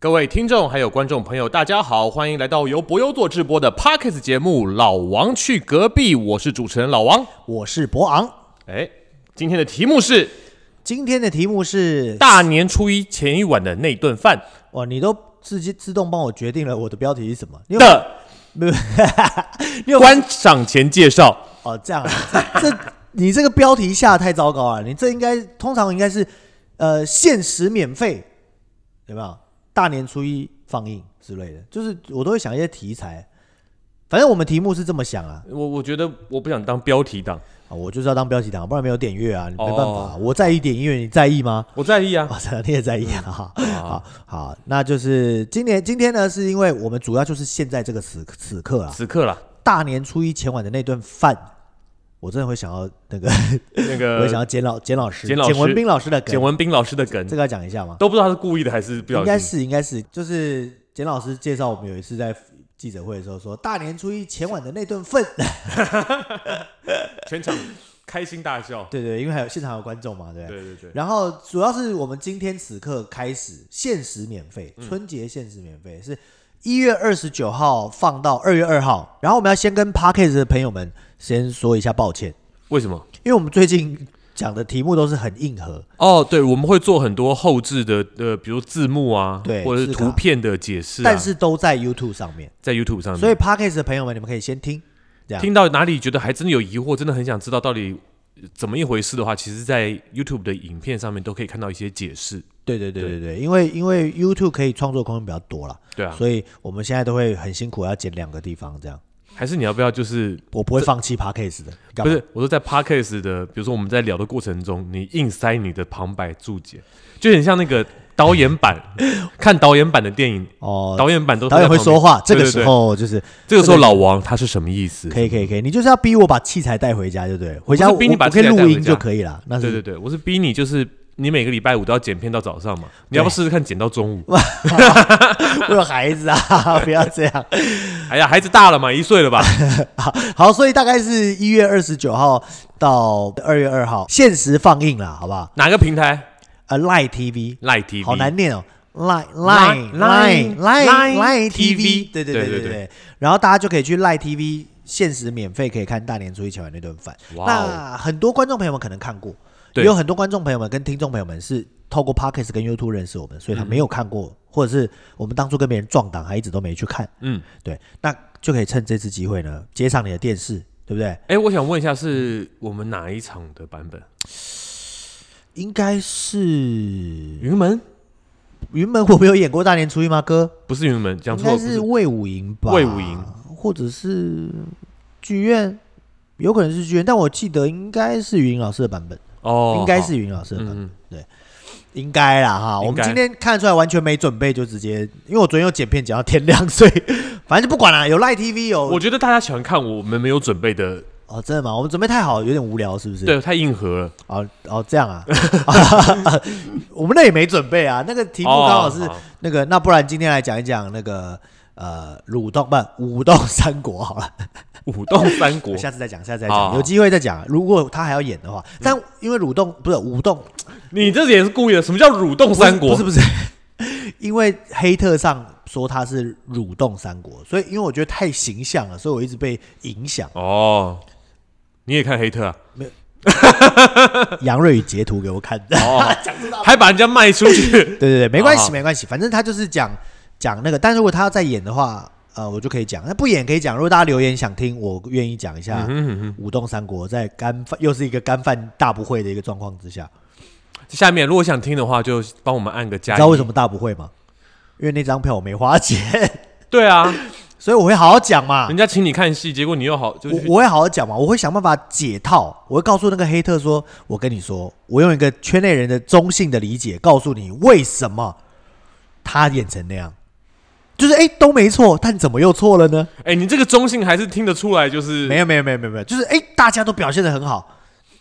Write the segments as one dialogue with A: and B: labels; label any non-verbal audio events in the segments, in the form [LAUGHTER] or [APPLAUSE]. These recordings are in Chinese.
A: 各位听众还有观众朋友，大家好，欢迎来到由博优做直播的 Parkes 节目《老王去隔壁》，我是主持人老王。
B: 我是博昂。
A: 哎，今天的题目是
B: 今天的题目是
A: 大年初一前一晚的那顿饭
B: 哦，你都自己自动帮我决定了我的标题是什么？你有
A: 的
B: 没有？你有
A: 观赏前介绍。
B: 哦，这样啊， [LAUGHS] 这这你这个标题下得太糟糕啊了，你这应该通常应该是呃限时免费，有没有？大年初一放映之类的，就是我都会想一些题材，反正我们题目是这么想啊，
A: 我我觉得我不想当标题党，
B: 啊我就是要当标题党，不然没有点阅啊，你没办法啊、
A: 哦
B: 我在意点阅，你在意吗？
A: 我在意啊。
B: 我操，你也在意啊！好
A: 嗯
B: 好好，那就是今年今天呢，是因为我们主要就是现在这个此此刻啊，
A: 此刻啦，
B: 大年初一前晚的那顿饭，我真的会想要那个，
A: 那
B: 我会想
A: 个
B: 要简老简老师、
A: 呃简老师
B: 简文斌老师的
A: 简
B: 梗，
A: 文斌老师的梗
B: 这个要讲一下吗？
A: 都不知道他是故意的还是不
B: 应
A: 小
B: 该
A: 心。
B: 是应该是，就是简老师介绍我们有一次在记者会的时候说，大年初一前晚的那顿饭， [LAUGHS]
A: 全场开心大笑。
B: 对对，因为还有现场有观众嘛，对不对。
A: 对对对，
B: 然后主要是我们今天此刻开始限时免费，
A: 嗯
B: 春节限时免费是一月二十九号放到二月二号。然后我们要先跟 Parkes 的朋友们先说一下抱歉，
A: 为什么？
B: 因为我们最近讲的题目都是很硬核，
A: 哦，对，我们会做很多后置的，呃，比如字幕啊，
B: 对
A: 或者是
B: 字卡
A: 图片的解释、啊，嗯
B: 但是都在 YouTube 上面，
A: 在 YouTube 上面，
B: 所以 Parkes 的朋友们你们可以先听，这样
A: 听到哪里觉得还真的有疑惑，真的很想知道到底呃怎么一回事的话，其实，在 YouTube 的影片上面都可以看到一些解释。
B: 对对对对对，因为因为 YouTube 可以创作空间比较多啦，
A: 对啊，
B: 所以我们现在都会很辛苦要剪两个地方这样。
A: 还是你要不要就是
B: 我不会放弃 Parkes 的，干
A: 不
B: 嘛
A: 是？我说在 Podcast 的，比如说我们在聊的过程中，你硬塞你的旁白注解，就很像那个导演
B: [LAUGHS]
A: 版看导演版的电影，
B: 哦，
A: 导演版都是
B: 导演
A: 在
B: 会
A: 旁边
B: 说话，这
A: 对
B: 个
A: 对对
B: 时候就是
A: 这个时候老王他是什么意思？
B: 可以可以可以，你就是要逼我把器材带回家，对不对？回家
A: 不是
B: 我
A: 逼你把
B: 我可以
A: 器材带
B: 录
A: 回
B: 音
A: 家
B: 就可以了。那
A: 对
B: 啊是
A: 对对，我是逼你，就是你每个礼拜五都要剪片到早上嘛，你要不试试看剪到中午？
B: [LAUGHS] 我有孩子啊， [LAUGHS] 不要这样。
A: 哎呀，孩子大了嘛，一岁了吧？
B: 好，所以大概是一月二十九号到二月二号限时放映啦，好不好？
A: 哪个平台
B: 呃，Line TV，
A: ？Line TV，
B: 好难念哦。Line
A: Line-
B: Line
A: Line-
B: Line Line
A: TV
B: Line TV，对对
A: 对
B: 对
A: 对
B: 对对。然后大家就可以去 Line TV 限时免费可以看大年初一前晚那顿饭。
A: 哇哦
B: 那很多观众朋友们可能看过，
A: 对
B: 也有很多观众朋友们跟听众朋友们是透过 Podcast 跟 YouTube 认识我们，所以他没有看过，或者是我们当初跟别人撞档，他一直都没去看。
A: 嗯，
B: 对，那就可以趁这次机会呢，接上你的电视，对不对？
A: 哎、我想问一下，是我们哪一场的版本？
B: 应该是
A: 云门
B: 云门，我没有演过大年初一吗？哥，
A: 不是云门，讲
B: 应
A: 错
B: 该
A: 了，
B: 是
A: 不
B: 魏武营吧？
A: 魏武营，
B: 或者是剧院，有可能是剧院，但我记得应该是云老师的版本，
A: 哦，
B: 应该是云老师的
A: 好
B: 版本。
A: 嗯，
B: 应该啦哈，我
A: 应该
B: 们今天看得出来完全没准备，就直接，因为我昨天有剪片剪到天亮，所以反正就不管了。有 Live TV 有
A: 我觉得大家喜欢看我们没有准备的，
B: 哦，真的吗？我们准备太好，有点无聊，是不是？，
A: 对，太硬核了。
B: 哦哦，这样啊， [LAUGHS] 我们那也没准备啊，那个题目刚好是
A: 哦好
B: 那个，那不然今天来讲一讲那个呃，鲁动不武动三国好了，，
A: 武动三国
B: [LAUGHS] 下次再讲，下次再
A: 好
B: 讲，有机会再讲。如果他还要演的话，但因为鲁动不是武动
A: 你这也是故意的。什么叫蠕动三国？。
B: 不是不是不是， [LAUGHS] 因为黑特上说他是蠕动三国，所以因为我觉得太形象了，所以我一直被影响
A: 哦，你也看黑特啊？
B: 杨瑞宇截图给我看的， [LAUGHS]
A: 哦，还把人家卖出去 [LAUGHS]
B: 对对对，没关
A: 好
B: 系没关系，反正他就是讲讲那个，但如果他要再演的话，呃，我就可以讲；那不演可以讲。如果大家留言想听，我愿意讲一下舞动三国在干饭又是一个干饭大不会的一个状况之下，
A: 下面如果想听的话，就帮我们按个
B: 你
A: 加。
B: 知道为什么？大不会吗？因为那张票我没花钱，
A: 对啊，
B: 所以我会好好讲嘛。
A: 人家请你看戏，结果你又好就
B: 啊我
A: 去
B: 我会好好讲嘛，我会想办法解套，我会告诉那个黑特说，我跟你说，我用一个圈内人的中性的理解告诉你为什么他演成那样，就是哎、诶都没错，但怎么又错了呢？
A: 哎、你这个中性还是听得出来，就是
B: 没有没有没有没有没有，就是哎、诶大家都表现的很好，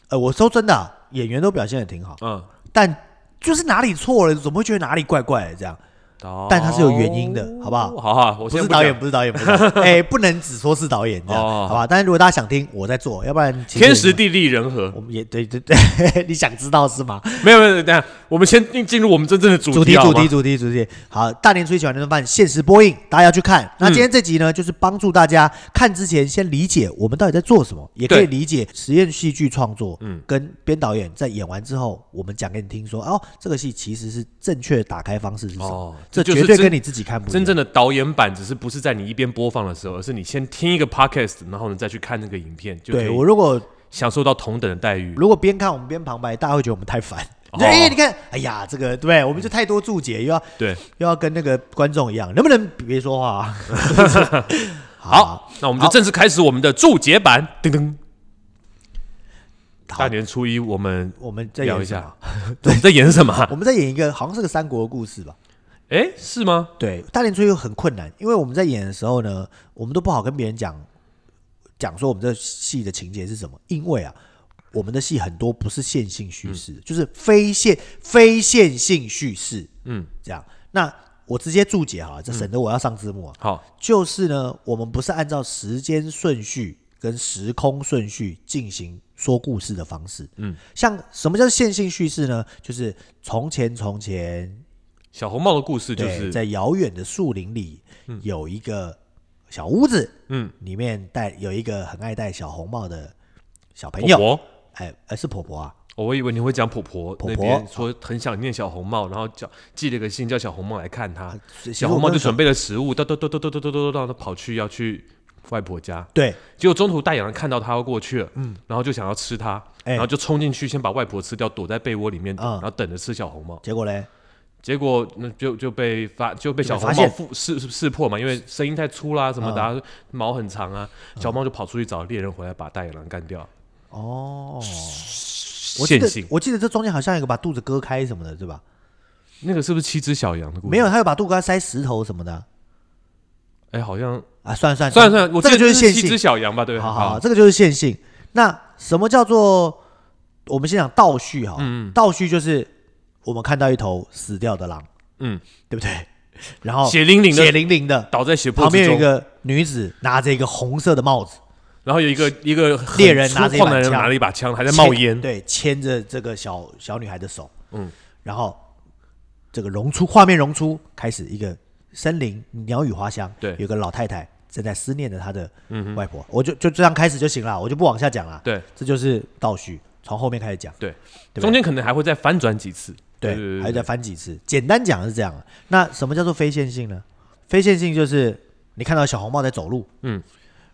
B: 呃，我说真的啊、演员都表现的挺好，
A: 嗯，
B: 但就是哪里错了，怎么会觉得哪里怪怪的这样？但它是有原因的好不好
A: 哦好好，我
B: 不
A: 先
B: 是导演，
A: 讲。
B: 不是导演，不是导
A: [LAUGHS]
B: 演，哎，不能只说是导演这样，
A: 哦
B: 好吧？但是如果大家想听，我在做，要不然其实
A: 天时地利人和，
B: 我们也对对 [LAUGHS] 对，你想知道是吗？
A: 没有没有，等一下我们先进进入我们真正的主
B: 主
A: 题，
B: 题
A: 好
B: 主
A: 吗
B: 题主题主题，好，大年初一喜欢那顿饭限时播映，大家要去
A: 嗯
B: 看。那今天这集呢，就是帮助大家看之前先理解我们到底在做什么，也可
A: 对
B: 以理解实验戏剧创作，嗯，跟编导演在演完之后，我们讲给你听说，哦，这个戏其实是正确的打开方式是什么，
A: 哦
B: 这
A: 这就
B: 绝
A: 是
B: 对
A: 真
B: 跟你自己看不一样
A: 真正的导演版只是不是在你一边播放的时候，而是你先听一个 podcast，然后呢再去看那个影片，就可
B: 对
A: 以
B: 我如果
A: 享受到同等的待遇。
B: 如果边看我们边旁白，大家会觉得我们太烦。
A: 哦
B: 就哎、你看，哎呀，这个对不对？我们就太多注解，又要
A: 对，
B: 又要跟那个观众一样，能不能别说话、
A: [LAUGHS]
B: [LAUGHS] 啊？
A: 好，那我们就
B: 好
A: 正式开始我们的注解版。噔噔，
B: 好
A: 大年初一我们
B: 我们再
A: 聊
B: 演
A: 一
B: 什么
A: 下， [LAUGHS] 我们在演什么啊？
B: 我们再演一个好像是个三国的故事吧。
A: 哎，是吗？
B: 对，大年初一很困难，因为我们在演的时候呢，我们都不好跟别人讲讲说我们这戏的情节是什么，因为啊，我们的戏很多不是线性叙事，就是非线非线性叙事，
A: 嗯，
B: 这样。那我直接注解好了，这省得我要上字幕啊。
A: 好，
B: 就是呢，我们不是按照时间顺序跟时空顺序进行说故事的方式。嗯，像什么叫线性叙事呢？就是从前从前，
A: 小红帽的故事就
B: 对，
A: 是
B: 在遥远的树林里、有一个小屋子，
A: 嗯，
B: 里面戴有一个很爱戴小红帽的小朋
A: 婆
B: 友，
A: 婆。
B: 哎，呃，是婆婆啊，
A: 哦我以为你会讲婆婆
B: 婆婆
A: 那边说很想念小红帽，然后叫寄了一个信叫小红帽来看她。
B: 啊其实
A: 小红帽
B: 我
A: 就
B: 跟
A: 准备了食物，叨叨叨叨叨叨叨叨叨，跑去要去外婆家。
B: 对，
A: 结果中途大野狼看到他要过去了，嗯，然后就想要吃他，
B: 哎
A: 然后就冲进去先把外婆吃掉，躲在被窝里面，然
B: 嗯
A: 后等着吃小红帽。
B: 结果嘞，
A: 结果那就就被发就被小红
B: 就
A: 帽
B: 被发嗯
A: 复识识破嘛，因为声音太粗啦什么的啊、毛很长啊，小猫就跑出去找猎人回来把大野狼干掉，
B: 哦，我记
A: 现
B: 得
A: 行。
B: 我记得这中间好像有个把肚子割开什么的，对吧？
A: 那个是不是七只小羊的故事？
B: 没有，，他又把肚子割开塞石头什么的啊。
A: 哎，好像
B: 啊，算了算了
A: 算了算了，我
B: 这
A: 记得
B: 个就是线
A: 七只
B: 性。
A: 小羊吧，对不对？
B: 好好好，这个就是线性。那什么叫做我们先讲倒叙哈？倒叙就是我们看到一头死掉的狼，
A: 嗯，
B: 对不对？然后
A: 血淋淋的
B: 血淋淋的，
A: 倒在血泊
B: 旁
A: 之
B: 边有一
A: 中，
B: 个女子拿着一个红色的帽子，
A: 然后有一个一个很
B: 猎人拿着
A: 粗
B: 一
A: 犷
B: 把
A: 的人
B: 枪
A: 拿了一把枪，还在冒
B: 牵
A: 烟，
B: 对，牵着这个小小女孩的手，
A: 嗯，
B: 然后这个融出画面融出开始一个森林鸟语花香，
A: 对嗯
B: 有个老太太正在思念着她的外婆，我就就这样开始就行了，我就不往下讲了，
A: 对
B: 这就是倒叙，从后面开始讲，
A: 对，
B: 对吧
A: 中间可能还会再翻转几次，
B: 对，还要再翻几次。简单讲是这样，那什么叫做非线性呢？非线性就是你看到小红帽在走路，
A: 嗯，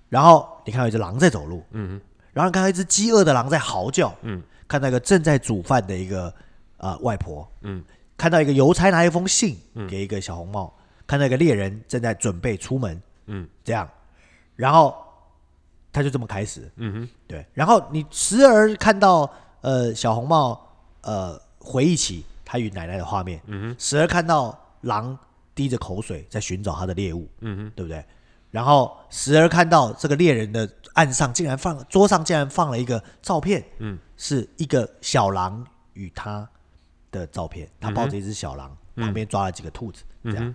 B: 然后你看到一只狼在走路，
A: 嗯，
B: 然后你看到一只饥饿的狼在嚎叫，
A: 嗯，
B: 看到一个正在煮饭的一个呃外婆，
A: 嗯，
B: 看到一个邮差拿一封信给一个小红帽，看到一个猎人正在准备出门，
A: 嗯，
B: 这样，然后他就这么开始，
A: 嗯哼，
B: 对，然后你时而看到呃小红帽呃回忆起他与奶奶的画面，嗯时而看到狼滴着口水在寻找他的猎物，
A: 嗯哼，
B: 对不对？然后时而看到这个猎人的岸上竟然放桌上竟然放了一个照片，
A: 嗯，
B: 是一个小狼与他的照片，
A: 嗯
B: 他抱着一只小狼，旁边抓了几个兔子，这样。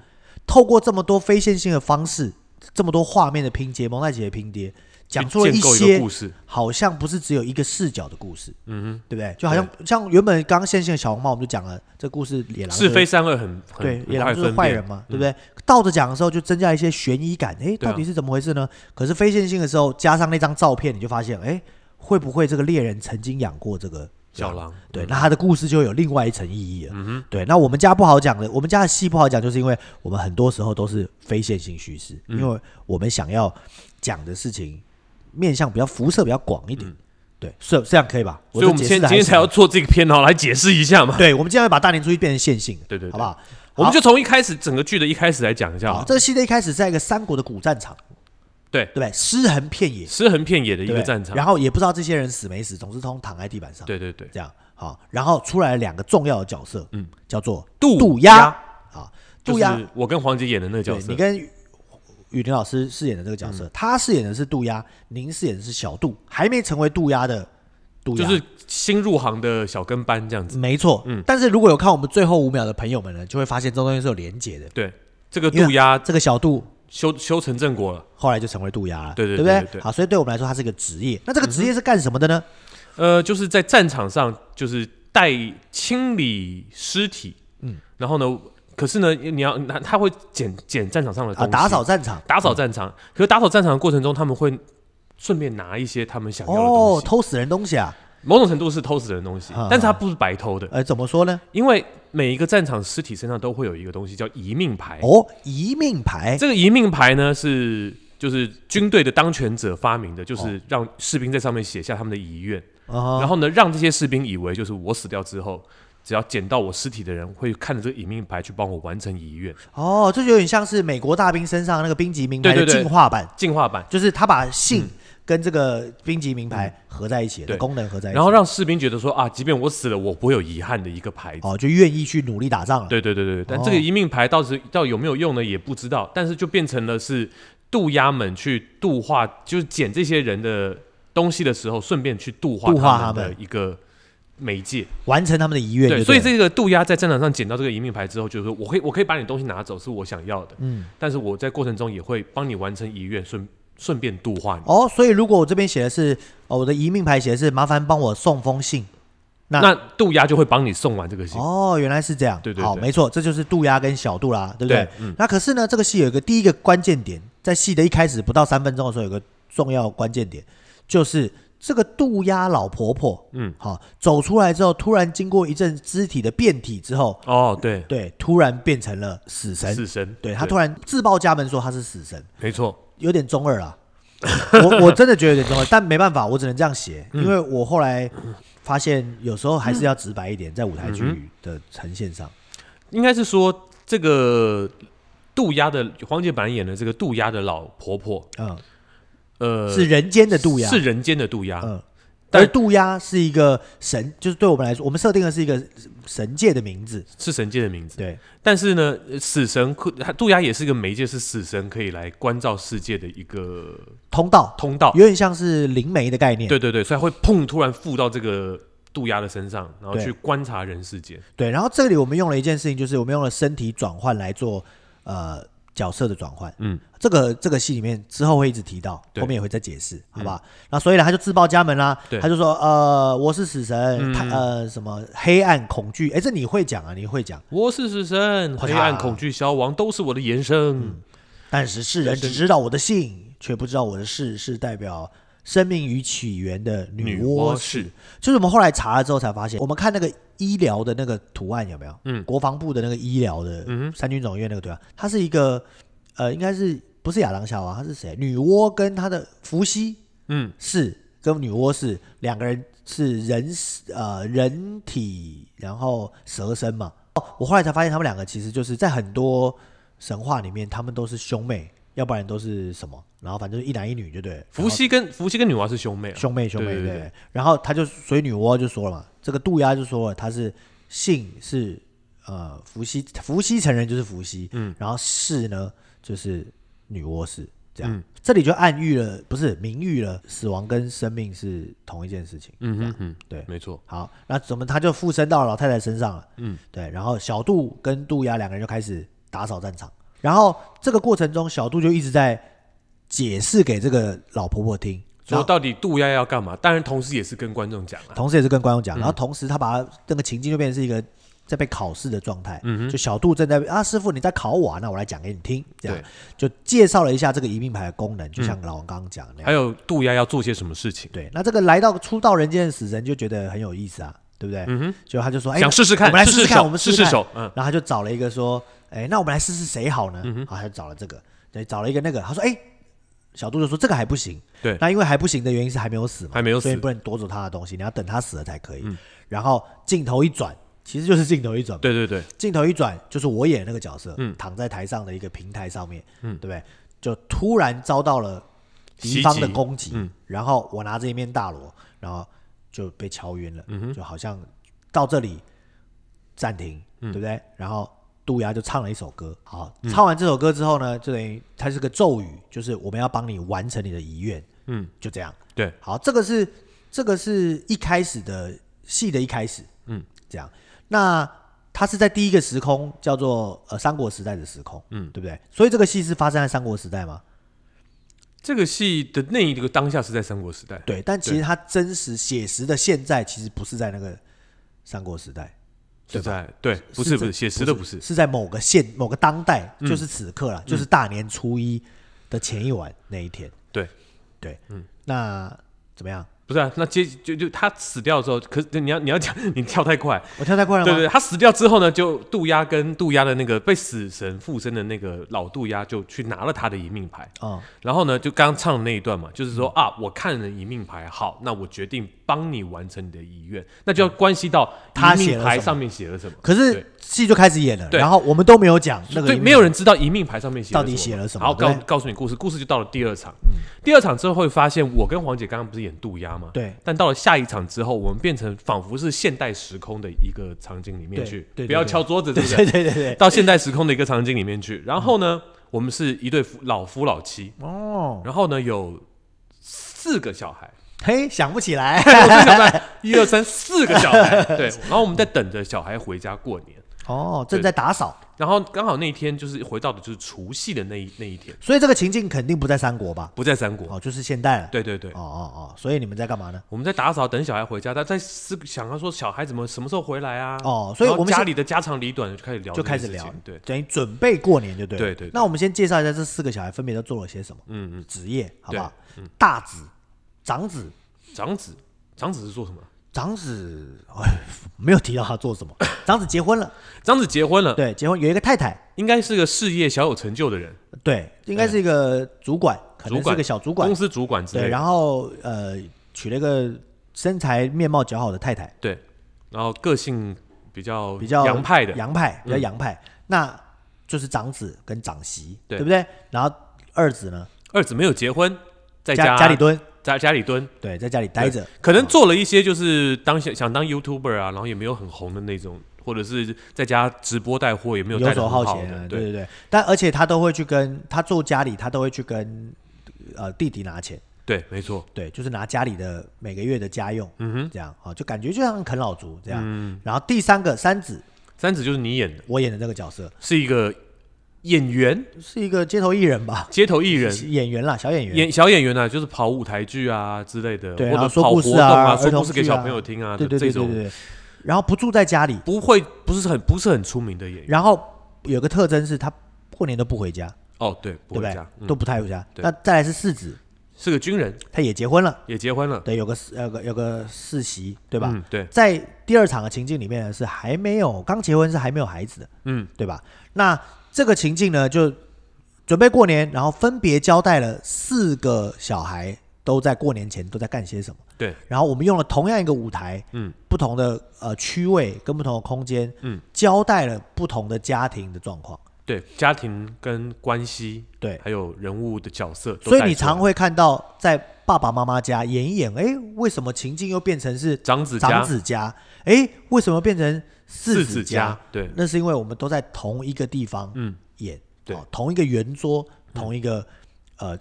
B: 透过这么多非线性的方式，这么多画面的拼接，蒙太奇的拼接，讲出了
A: 去建构一
B: 些
A: 个故事，
B: 好像不是只有一个视角的故事，
A: 嗯
B: 对不对？就好像像原本刚刚线性的小红帽，我们就讲了这故事野
A: 哼，
B: 狼
A: 是
B: 就
A: 非善恶很很
B: 对
A: 很
B: 野狼
A: 快
B: 就是
A: 分
B: 坏
A: 辨嗯
B: 人嘛，对不对？倒着讲的时候就增加一些悬疑感，诶，
A: 对啊
B: 到底是怎么回事呢？可是非线性的时候加上那张照片，你就发现，诶，会不会这个猎人曾经养过这个
A: 小？狼，
B: 对，那他的故事就有另外一层意义
A: 嗯
B: 了。对，那我们家不好讲的，我们家的戏不好讲，就是因为我们很多时候都是非线性叙事，
A: 嗯
B: 因为我们想要讲的事情面向比较辐射比较广一点。对，是这样可以吧？
A: 嗯所以我们
B: 这解释
A: 现
B: 得
A: 在
B: 还
A: 今天才
B: 行
A: 要做这个片，然后来解释一下嘛。
B: 对，我们今天要把大年初一变成线性的，
A: 对对对
B: 好不好？
A: 我们就从一开始整个剧的一开始来讲一下
B: 好，
A: 啊，
B: 这个系列一开始是在一个三国的古战场，
A: 对
B: 对不对？尸横遍野，
A: 尸横遍野的一
B: 对不
A: 个
B: 对
A: 战场，
B: 然后也不知道这些人死没死，总之通躺在地板上，，
A: 对对对，
B: 这样好。然后出来了两个重要的角色，嗯，叫做
A: 渡
B: 渡
A: 鸦
B: 鸦啊，
A: 就
B: 渡鸦，
A: 是我跟黄杰演的那个角
B: 对
A: 色嗯
B: 你，跟雨雨林老师饰演的这个角色，他饰演的是渡鸦，您饰演的是小渡，还没成为渡鸦的杜
A: 就
B: 亚，
A: 是新入行的小跟班这样子。
B: 没错。
A: 嗯
B: 但是如果有看我们最后五秒的朋友们呢，就会发现这东西是有连结的。
A: 对，这个
B: 因为
A: 渡鸦
B: 这个小杜
A: 修修成正果了。
B: 后来就成为渡鸦了，
A: 对对
B: 不
A: 对对对
B: 好，所以对我们来说，它是一个职业。那这个职业是干什么的呢？
A: 呃，就是在战场上，就是带清理尸体，嗯，然后呢，可是呢，你要他他会捡捡战场上的东
B: 啊，
A: 西，
B: 打扫嗯战场。
A: 打扫战场。可是打扫战场的过程中，他们会顺便拿一些他们想要的东
B: 哦，
A: 西，
B: 偷死人东西啊？
A: 某种程度是偷死人的东西
B: 啊，
A: 但是他不是白偷的，
B: 呃，怎么说呢？
A: 因为每一个战场尸体身上都会有一个东西叫遗命牌。
B: 哦，哎遗命牌。
A: 这个遗命牌呢是。就是军队的当权者发明的，就是让士兵在上面写下他们的遗愿。
B: 哦，
A: 然后呢，让这些士兵以为就是我死掉之后，只要捡到我尸体的人会看着这个隐命牌去帮我完成遗愿，
B: 哦，这就有点像是美国大兵身上那个兵籍名牌
A: 对
B: 的
A: 对对
B: 进化版，
A: 进化版，
B: 就是他把姓跟这个兵籍名牌合在一起的
A: 嗯对
B: 功能合在一起，
A: 然后让士兵觉得说啊，即便我死了，我不会有遗憾的一个牌子。
B: 哦，就愿意去努力打仗了。
A: 对对对对，对但
B: 哦
A: 这个遗命牌到底到底有没有用呢？也不知道，但是就变成了是渡鸦们去度化，就是捡这些人的东西的时候，顺便去度化
B: 度化
A: 他们
B: 他
A: 的
B: 们
A: 一个媒介。
B: 完成他们的遗愿就对了。
A: 所以这个渡鸦在战场上捡到这个移命牌之后，就是说我可以我可以把你东西拿走，是我想要的，嗯，但是我在过程中也会帮你完成遗愿，顺顺便度化你。
B: 哦，所以如果我这边写的是哦，我的遗命牌写的是麻烦帮我送封信。那
A: 那渡鸦就会帮你送完这个信，
B: 哦，原来是这样。
A: 对对
B: 好，
A: 对
B: 没错，这就是渡鸦跟小渡啦，对不对？
A: 对嗯
B: 那可是呢，这个戏有一个第一个关键点，在戏的一开始不到三分钟的时候，有个重要关键点，就是这个渡鸦老婆婆，
A: 嗯，
B: 好走出来之后，突然经过一阵肢体的变体之后，
A: 哦，对，
B: 对，突然变成了死神。
A: 死神，
B: 对他突然自报家门说他是死神，
A: 没错，
B: 有点中二啊。我我真的觉得有点中二，但没办法，我只能这样写，
A: 嗯
B: 因为我后来发现有时候还是要直白一点，在舞台剧的呈现上。
A: 应该是说这个渡鸦的黄杰版演的这个渡鸦的老婆婆，
B: 嗯，
A: 呃，
B: 是人间的渡鸦，
A: 是人间的渡鸦，
B: 嗯，
A: 但
B: 而渡鸦是一个神，就是对我们来说，我们设定的是一个神界的名字，
A: 是神界的名字。
B: 对，
A: 但是呢，呃死神可它渡鸦也是一个媒介，是死神可以来关照世界的一个
B: 通道，
A: 通道。
B: 有点像是灵媒的概念，
A: 对对对，所以它会砰突然附到这个渡鸦的身上，然后
B: 对
A: 去观察人世间。
B: 对。然后这里我们用了一件事情，就是我们用了身体转换来做呃角色的转换，
A: 嗯，
B: 这个这个戏里面之后会一直提到，
A: 对
B: 后面也会再解释，好吧？那所以呢，他就自报家门啦
A: 对，
B: 他就说呃，我是死神，他呃什么黑暗恐惧，哎，这你会讲啊，你会讲，
A: 我是死神，
B: 啪嚓
A: 黑暗恐惧消亡都是我的延伸。
B: 但是世人只知道我的姓，却不知道我的氏是代表生命与起源的女娲氏。
A: 氏，
B: 就是我们后来查了之后才发现，我们看那个医疗的那个图案有没有？
A: 嗯
B: 国防部的那个医疗的
A: 嗯哼
B: 三军总医院那个图案，它是一个呃，应该是不是亚当夏娃？他是谁？女娲跟她的伏羲
A: 嗯，
B: 是跟女娲是两个人是人呃人体，然后蛇身嘛。哦，我后来才发现他们两个其实就是在很多神话里面，他们都是兄妹，要不然都是什么，然后反正就是一男一女就对了。
A: 伏羲跟伏羲跟女娲是兄妹啊，
B: 兄妹兄妹
A: 对对
B: 对
A: 对
B: 然后他就所以女娲就说了嘛，这个渡鸦就说了，他是姓是呃伏羲，伏羲成人就是伏羲，嗯，然后氏呢就是女娲氏，这样、
A: 嗯
B: 这里就暗喻了，不是明喻了，死亡跟生命是同一件事情。
A: 嗯哼嗯，
B: 对
A: 没错，
B: 好，那怎么他就附身到老太太身上了？
A: 嗯，
B: 对，然后小杜跟杜鸦两个人就开始打扫战场，然后这个过程中，小杜就一直在解释给这个老婆婆听，然
A: 说
B: 后
A: 到底渡鸦要干嘛？当然，同时也是跟观众讲啊，
B: 同时也是跟观众讲，然后同时他把他那个情境就变成是一个在被考试的状态，
A: 嗯
B: 就小杜正在啊，师傅你在考我、啊，那我来讲给你听，这样就介绍了一下这个移民牌的功能，就
A: 嗯
B: 像老王刚刚讲的那样。
A: 还有渡鸦要做些什么事情，
B: 对，那这个来到初到人间的死神就觉得很有意思啊，对不对？嗯就他就说，哎，
A: 想试试看
B: 我们来
A: 试
B: 试
A: 试
B: 试看，
A: 手
B: 我们
A: 试
B: 试
A: 试
B: 看
A: 手嗯
B: 然后他就找了一个说，哎，那我们来试试谁好呢？好，他就找了这个，对，找了一个那个，他说，哎，小杜就说这个还不行，
A: 对
B: 那因为还不行的原因是还没有死嘛，
A: 嗯还没有死嗯
B: 所以你不能夺走他的东西，你要等他死了才可以。然后镜头一转，其实就是镜头一转嘛，
A: 对对对，
B: 镜头一转，就是我演的那个角色，
A: 嗯
B: 躺在台上的一个平台上面，对不对？就突然遭到了敌方
A: 袭
B: 的
A: 击
B: 攻击，
A: 嗯
B: 然后我拿着一面大锣，然后就被敲晕了，
A: 嗯
B: 就好像到这里暂停，
A: 嗯
B: 对不对？然后杜鸦就唱了一首歌，好，唱完这首歌之后呢，就等于它是个咒语，就是我们要帮你完成你的遗愿，
A: 嗯，
B: 就这样。
A: 对，
B: 好，这个是这个是一开始的戏的一开始，
A: 嗯
B: 嗯，这样。那它是在第一个时空叫做呃三国时代的时空，
A: 嗯
B: 嗯，对不对？所以这个戏是发生在三国时代吗？
A: 这个戏的那一个当下是在三国时代，
B: 对，但其实它真实写实的现在其实不是在那个三国时代，
A: 是
B: 对吧
A: 在对，不是不是写实的不是，嗯
B: 是在某个县某个当代，就是此刻啦，就是大年初一的前一晚那一天。
A: 对，
B: 对，嗯，那怎么样？
A: 不是啊。那接就就他死掉之后，可是你要你要讲你跳太快，啊
B: 我跳太快了吗？
A: 对对，他死掉之后呢，就渡鸦跟渡鸦的那个被死神附身的那个老渡鸦就去拿了他的一命牌，
B: 哦，
A: 然后呢，就刚刚唱的那一段嘛，就是
B: 嗯
A: 说啊，我看了一命牌，好，那我决定帮你完成你的遗愿，那就要关系到
B: 他
A: 一
B: 写
A: 命
B: 了
A: 牌
B: 什么
A: 上面写了什么，
B: 可
A: 对
B: 是戏就开始演了，
A: 对
B: 然后我们都没有讲嗯那个
A: 对，
B: 音乐，
A: 没有人知道一命牌上面写
B: 到底写了什么
A: 好，告
B: 对嗯
A: 告诉你故事，故事就到了第二场。第二场之后会发现，我跟黄姐刚刚不是演渡鸦吗？。
B: 对
A: 但到了下一场之后，我们变成仿佛是现代时空的一个场景里面
B: 对
A: 去，
B: 对对
A: 不要
B: 对
A: 敲桌子，对
B: 对
A: 不
B: 对对对对，
A: 到现代时空的一个场景里面去。然后呢，我们是一对夫老夫老妻，
B: 哦，
A: 然后呢有四个小孩，
B: 嘿，想不起
A: [LAUGHS]
B: 来，
A: 我真想不来，一二三四个小
B: [LAUGHS]
A: 孩，对。然后我们在等着小孩回家过年，
B: 哦，正在打扫，
A: 然后刚好那一天就是回到的就是除夕的那一那一天，
B: 所以这个情境肯定不在三国吧？
A: 不在三国。
B: 哦，就是现代了，
A: 对对对
B: 哦，哦哦，所以你们在干嘛呢？
A: 我们在打扫等小孩回家，他在思想要说小孩怎么什么时候回来啊？
B: 哦所以
A: 然后
B: 我们
A: 家
B: 先
A: 里的家长里短就开始聊哦这
B: 就
A: 件
B: 开始
A: 事情，
B: 聊，
A: 对，
B: 等于准备过年就对了。
A: 对对对
B: 那我们先介绍一下这四个小孩分别都做了些什么
A: 嗯嗯，
B: 职业，好不好
A: 对？嗯
B: 大子、长子、
A: 长子长子是做什么？
B: 长子，哎，没有提到他做
A: [LAUGHS]
B: 什么。长子结婚了，
A: 长子结婚了，
B: 对，结婚有一个太太，
A: 应该是个事业小有成就的人，
B: 对，应该是一个主管，可
A: 主
B: 能
A: 管
B: 是个小主管
A: 公，司主管之类
B: 对，
A: 的。
B: 然后呃，娶了一个身材面貌姣好的太太，
A: 对，然后个性比较
B: 比较
A: 哦洋派的，
B: 洋派比较
A: 嗯
B: 洋派，那就是长子跟长媳，
A: 对
B: 不对？然后二子呢，
A: 二子没有结婚，在
B: 家
A: 家
B: 里蹲，
A: 在家里蹲，
B: 对，在家里待着，
A: 可能做了一些就是当想想当 YouTuber 啊，然后也没有很红的那种，或者是在家直播带货也没有带
B: 游
A: 的
B: 手
A: 好
B: 好
A: 的
B: 闲啊，对
A: 对
B: 对对。但而且他都会去跟他做家里，他都会去跟呃弟弟拿钱，
A: 对，没错，
B: 对，就是拿家里的每个月的家用，
A: 嗯哼。嗯
B: 这样啊，就感觉就像啃老族这样。然后第三个三子，
A: 三子就是你演的，
B: 我演的这个角色
A: 是一个演员，
B: 是一个街头艺人吧，
A: 街头艺人。
B: 演员啦，小演员，
A: 演小演员啊，就是跑舞台剧啊之类的，
B: 对
A: 或者
B: 然后说
A: 跑活
B: 故事
A: 动
B: 啊
A: 说
B: 儿童
A: 故事给
B: 剧
A: 小
B: 啊
A: 朋友听啊，
B: 对对
A: 这
B: 对对
A: 种
B: 对。然后不住在家里，
A: 不会不是很不是很出名的演员。
B: 然后有个特征是他过年都不回家，
A: 哦，对，不
B: 对不
A: 会
B: 对
A: 这样，？嗯
B: 都不太回家。
A: 对
B: 那再来是四子，
A: 是个军人，
B: 他也结婚了，
A: 也结婚了，
B: 对，有个有个有个世袭，对吧？
A: 嗯，对，
B: 在第二场的情境里面呢，是还没有刚结婚，是还没有孩子的，
A: 嗯，
B: 对吧？那这个情境呢，就准备过年，然后分别交代了四个小孩都在过年前都在干些什么。
A: 对，
B: 然后我们用了同样一个舞台，
A: 嗯，
B: 不同的呃区位跟不同的空间，
A: 嗯，
B: 交代了不同的家庭的状况。
A: 对，家庭跟关系，
B: 对
A: 还有人物的角色都带出
B: 所
A: 来，
B: 以你常会看到在爸爸妈妈家演一演，哎，为什么情境又变成是
A: 长子家
B: 长子家？哎，为什么变成四
A: 四
B: 子
A: 子
B: 家？
A: 家，对，
B: 那是因为我们都在同一个地方
A: 嗯，
B: 演，
A: 对嗯
B: 哦同一个圆桌，同一个、呃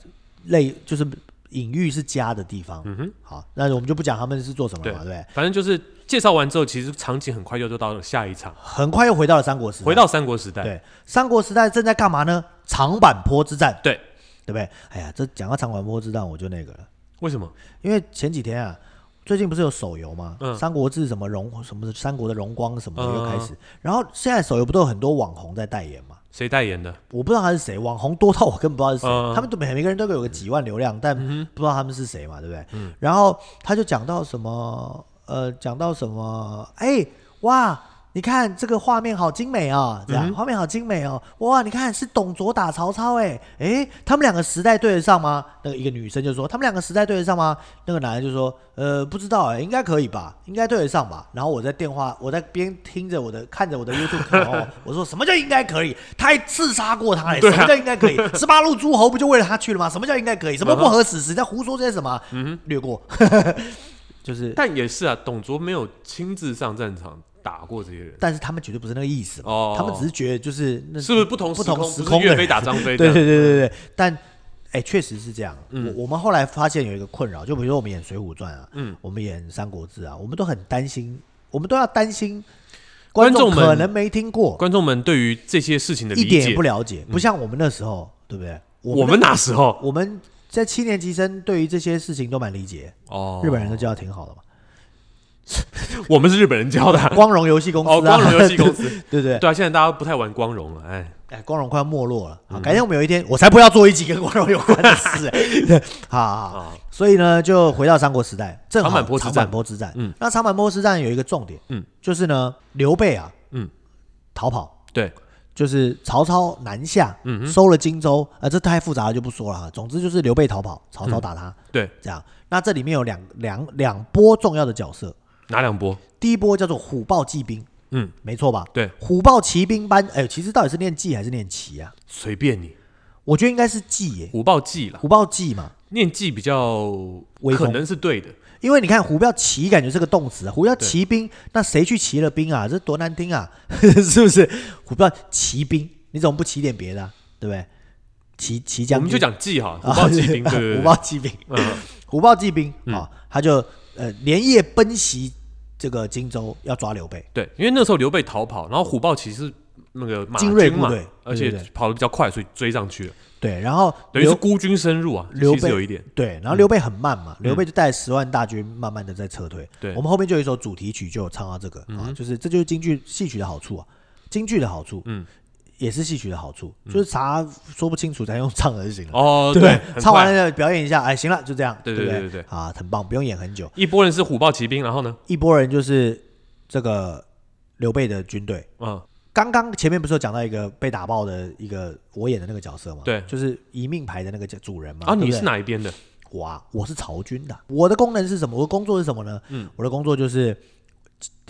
B: 类就是隐喻是家的地方。
A: 嗯哼，
B: 好，那我们就不讲他们是做什么了嘛，对不对？
A: 反正就是介绍完之后，其实场景很快就就到了下一场，
B: 很快又回到了三国时代，
A: 回到三国时代，
B: 啊对三国时代正在干嘛呢？长坂坡之战，
A: 对，
B: 对不对？哎呀，这讲到长坂坡之战，我就那个了，
A: 为什么？
B: 因为前几天啊。最近不是有手游吗？
A: 嗯
B: 三国志什么荣什么三国的荣光什么
A: 嗯
B: 的又开始，然后现在手游不都有很多网红在代言吗？
A: 谁代言的？
B: 我不知道他是谁，网红多到我根本不知道是谁。
A: 嗯
B: 他们都每每个人都有个几万流量，但不知道他们是谁嘛，对不对？然后他就讲到什么，呃，讲到什么，哎、哇，你看这个画面好精美啊、这样画、面好精美哦，哇，你看是董卓打曹操、哎，哎，他们两个时代对得上吗？那个一个女生就说，他们两个时代对得上吗？那个男的就说，呃，不知道、哎，应该可以吧，应该对得上吧。然后我在电话，我在边听着我的，看着我的 YouTube 看哦， [LAUGHS] 我说什么叫应该可以？他还刺杀过他、哎，
A: 对啊
B: 什么叫应该可以？十八路诸侯不就为了他去了吗？什么叫应该可以？什么不
A: 嗯
B: 合史实？在胡说这些什么啊？略过，就是，
A: 但也是啊，董卓没有亲自上战场打过这些人，
B: 但是他们绝对不是那个意思嘛，
A: 哦
B: 他们只是觉得就是那
A: 是不是不同
B: 不
A: 时
B: 同
A: 空？
B: 时
A: 不
B: 空
A: 是岳
B: 的
A: 飞
B: 人
A: 打张飞，
B: 对对对对对，但哎，确实是这样。
A: 嗯
B: 我我们后来发现有一个困扰，就比如说我们演《水浒传》啊，嗯，我们演《三国志》啊，我们都很担心，我们都要担心
A: 观众
B: 众
A: 们
B: 可能没听过，
A: 观众们对于这些事情的
B: 一
A: 理
B: 点也
A: 解嗯
B: 不，了解，不像我们那时候，对不对？
A: 我
B: 们
A: 们哪时候？
B: 我们在七年级生对于这些事情都蛮理解，
A: 哦，
B: 日本人都教的挺好的嘛，
A: 我们是日本人教的啊，
B: 光荣游戏公司啊，
A: 哦，光荣游戏公司，
B: [LAUGHS] 对不对？
A: 对啊，现在大家不太玩光荣了，哎，
B: 哎，光荣快要没落了。
A: 嗯
B: 好，改天我们有一天，我才不要做一集跟光荣有关的
A: [LAUGHS]
B: 事。哎好好好，
A: 啊，
B: 所以呢，就回到三国时代，正好
A: 长坂坡之战
B: 长坂坡之战。
A: 嗯，
B: 那长坂坡之战有一个重点，
A: 嗯，
B: 就是呢，刘备啊，
A: 嗯，
B: 逃跑，
A: 对，
B: 就是曹操南下，嗯，收了荆州，啊、这太复杂了就不说了哈。总之就是刘备逃
A: 嗯
B: 跑，曹操打他，
A: 对，
B: 这样。那这里面有两两两波重要的角色，
A: 哪两波？
B: 第一波叫做虎豹骑兵，
A: 嗯，
B: 没错吧？
A: 对，
B: 虎豹骑兵班，哎，其实到底是念骑还是念骑啊？
A: 随便你，
B: 我觉得应该是骑耶，
A: 虎豹记啦，
B: 虎豹骑嘛，
A: 念记比较
B: 威
A: 可
B: 风
A: 能是对的，
B: 因为你看虎豹骑感觉是个动词啊，虎豹骑兵，那谁去骑了兵啊？这多难听啊， [LAUGHS] 是不是？虎豹骑兵，你怎么不骑点别的、啊？对不对？骑骑将
A: 我
B: 军，啊
A: 们就讲记哈，虎豹记
B: [LAUGHS]
A: 兵，对对
B: 虎
A: 对
B: 豹骑兵，
A: 对，嗯，
B: 虎豹骑兵啊、他就呃连夜奔袭这个荆州，要抓刘备。
A: 对，因为那时候刘备逃跑，然后虎豹其实是那个马
B: 精锐部
A: 嘛
B: 队对，
A: 而且
B: 对对
A: 跑得比较快，所以追上去了，
B: 对，然后
A: 等于是
B: 刘
A: 孤军深入啊，
B: 刘
A: 其实
B: 备
A: 有一点，
B: 对，然后
A: 嗯
B: 刘备很慢嘛，刘备就带十万大军慢慢的在撤退。
A: 对嗯
B: 我们后面就有一首主题曲就有唱到这个、啊，就是这就是京剧戏曲的好处啊，京剧的好处，
A: 嗯，
B: 也是戏曲的好处，就是啥说不清楚咱用唱的就行了，
A: 哦，
B: 对不对
A: 很
B: 唱完
A: 快。
B: 了表演一下，哎，行了，就这样，
A: 对
B: 不
A: 对
B: 对
A: 对对对
B: 啊，很棒，不用演很久。
A: 一波人是虎豹骑兵，然后呢，
B: 一波人就是这个刘备的军队，
A: 嗯，
B: 刚刚前面不是有讲到一个被打爆的一个我演的那个角色嘛？
A: 对
B: 就是一命牌的那个主人嘛。
A: 啊，
B: 对不
A: 你
B: 对
A: 是哪一边的？
B: 我啊，我是曹军的。我的功能是什么？我的工作是什么呢？嗯，我的工作就是，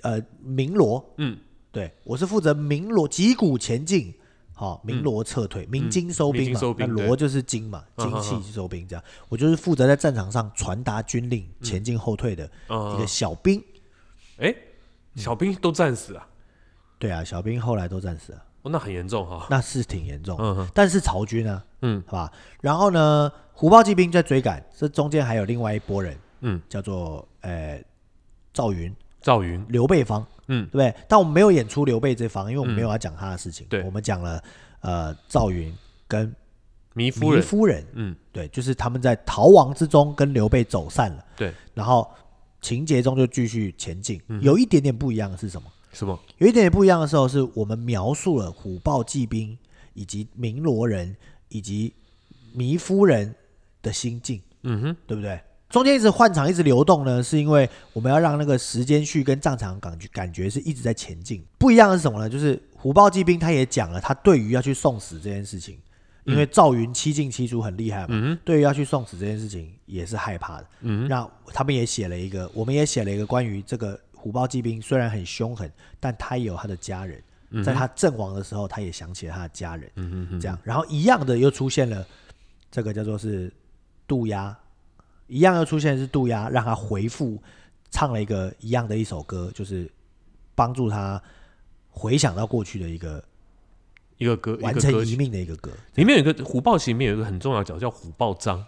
B: 呃，鸣锣。
A: 嗯，
B: 对，我是负责鸣锣，击鼓前进，好、鸣锣撤退，鸣金收
A: 嗯鸣
B: 兵
A: 金
B: 嘛。
A: 收兵
B: 那
A: 对
B: 锣就是金嘛，金
A: 嗯哼
B: 气收兵这样。我就是负责在战场上传达军令、前进后退的一
A: 嗯
B: 个，小兵。
A: 哎，
B: 嗯
A: 小兵都战死啊，
B: 对啊，小兵后来都战死了，
A: 哦，那很严重哈。
B: 那是挺严重的。
A: 嗯哼
B: 但是曹军呢，
A: 嗯
B: 好吧。然后呢，虎豹骑兵在追赶，这中间还有另外一拨人，
A: 嗯，
B: 叫做呃赵云、
A: 赵云，
B: 刘备方，
A: 嗯
B: 对不对？但我们没有演出刘备这方，因为我们没有要讲他的事情，
A: 对
B: 我们讲了呃赵云跟
A: 糜夫
B: 糜
A: 人，
B: 夫人，
A: 嗯，
B: 对，就是他们在逃亡之中跟刘备走散了，
A: 对，嗯
B: 然后情节中就继续前进。有一点点不一样的是什么？
A: 什么？
B: 有一点点不一样的时候，是我们描述了虎豹骑兵以及鸣罗人以及糜夫人的心境，
A: 嗯哼，
B: 对不对？中间一直换场，一直流动呢，是因为我们要让那个时间序跟战场感觉感觉是一直在前进。不一样的是什么呢？就是虎豹骑兵他也讲了，他对于要去送死这件事情，因为赵云七进七出很厉害嘛，对于要去送死这件事情也是害怕的。嗯，那他们也写了一个，我们也写了一个关于这个虎豹骑兵虽然很凶狠，但他也有他的家人，在他阵亡的时候，他也想起了他的家人。嗯嗯，这样，然后一样的又出现了这个叫做是渡鸦。一样又出现的是杜鸦，让他回复唱了一个一样的一首歌，就是帮助他回想到过去的一个
A: 一个歌，一
B: 完
A: 个
B: 成
A: 歌
B: 遗
A: 曲，
B: 命的一个歌。
A: 里面有一个虎豹骑，里面有一个很重要的角色叫虎豹章。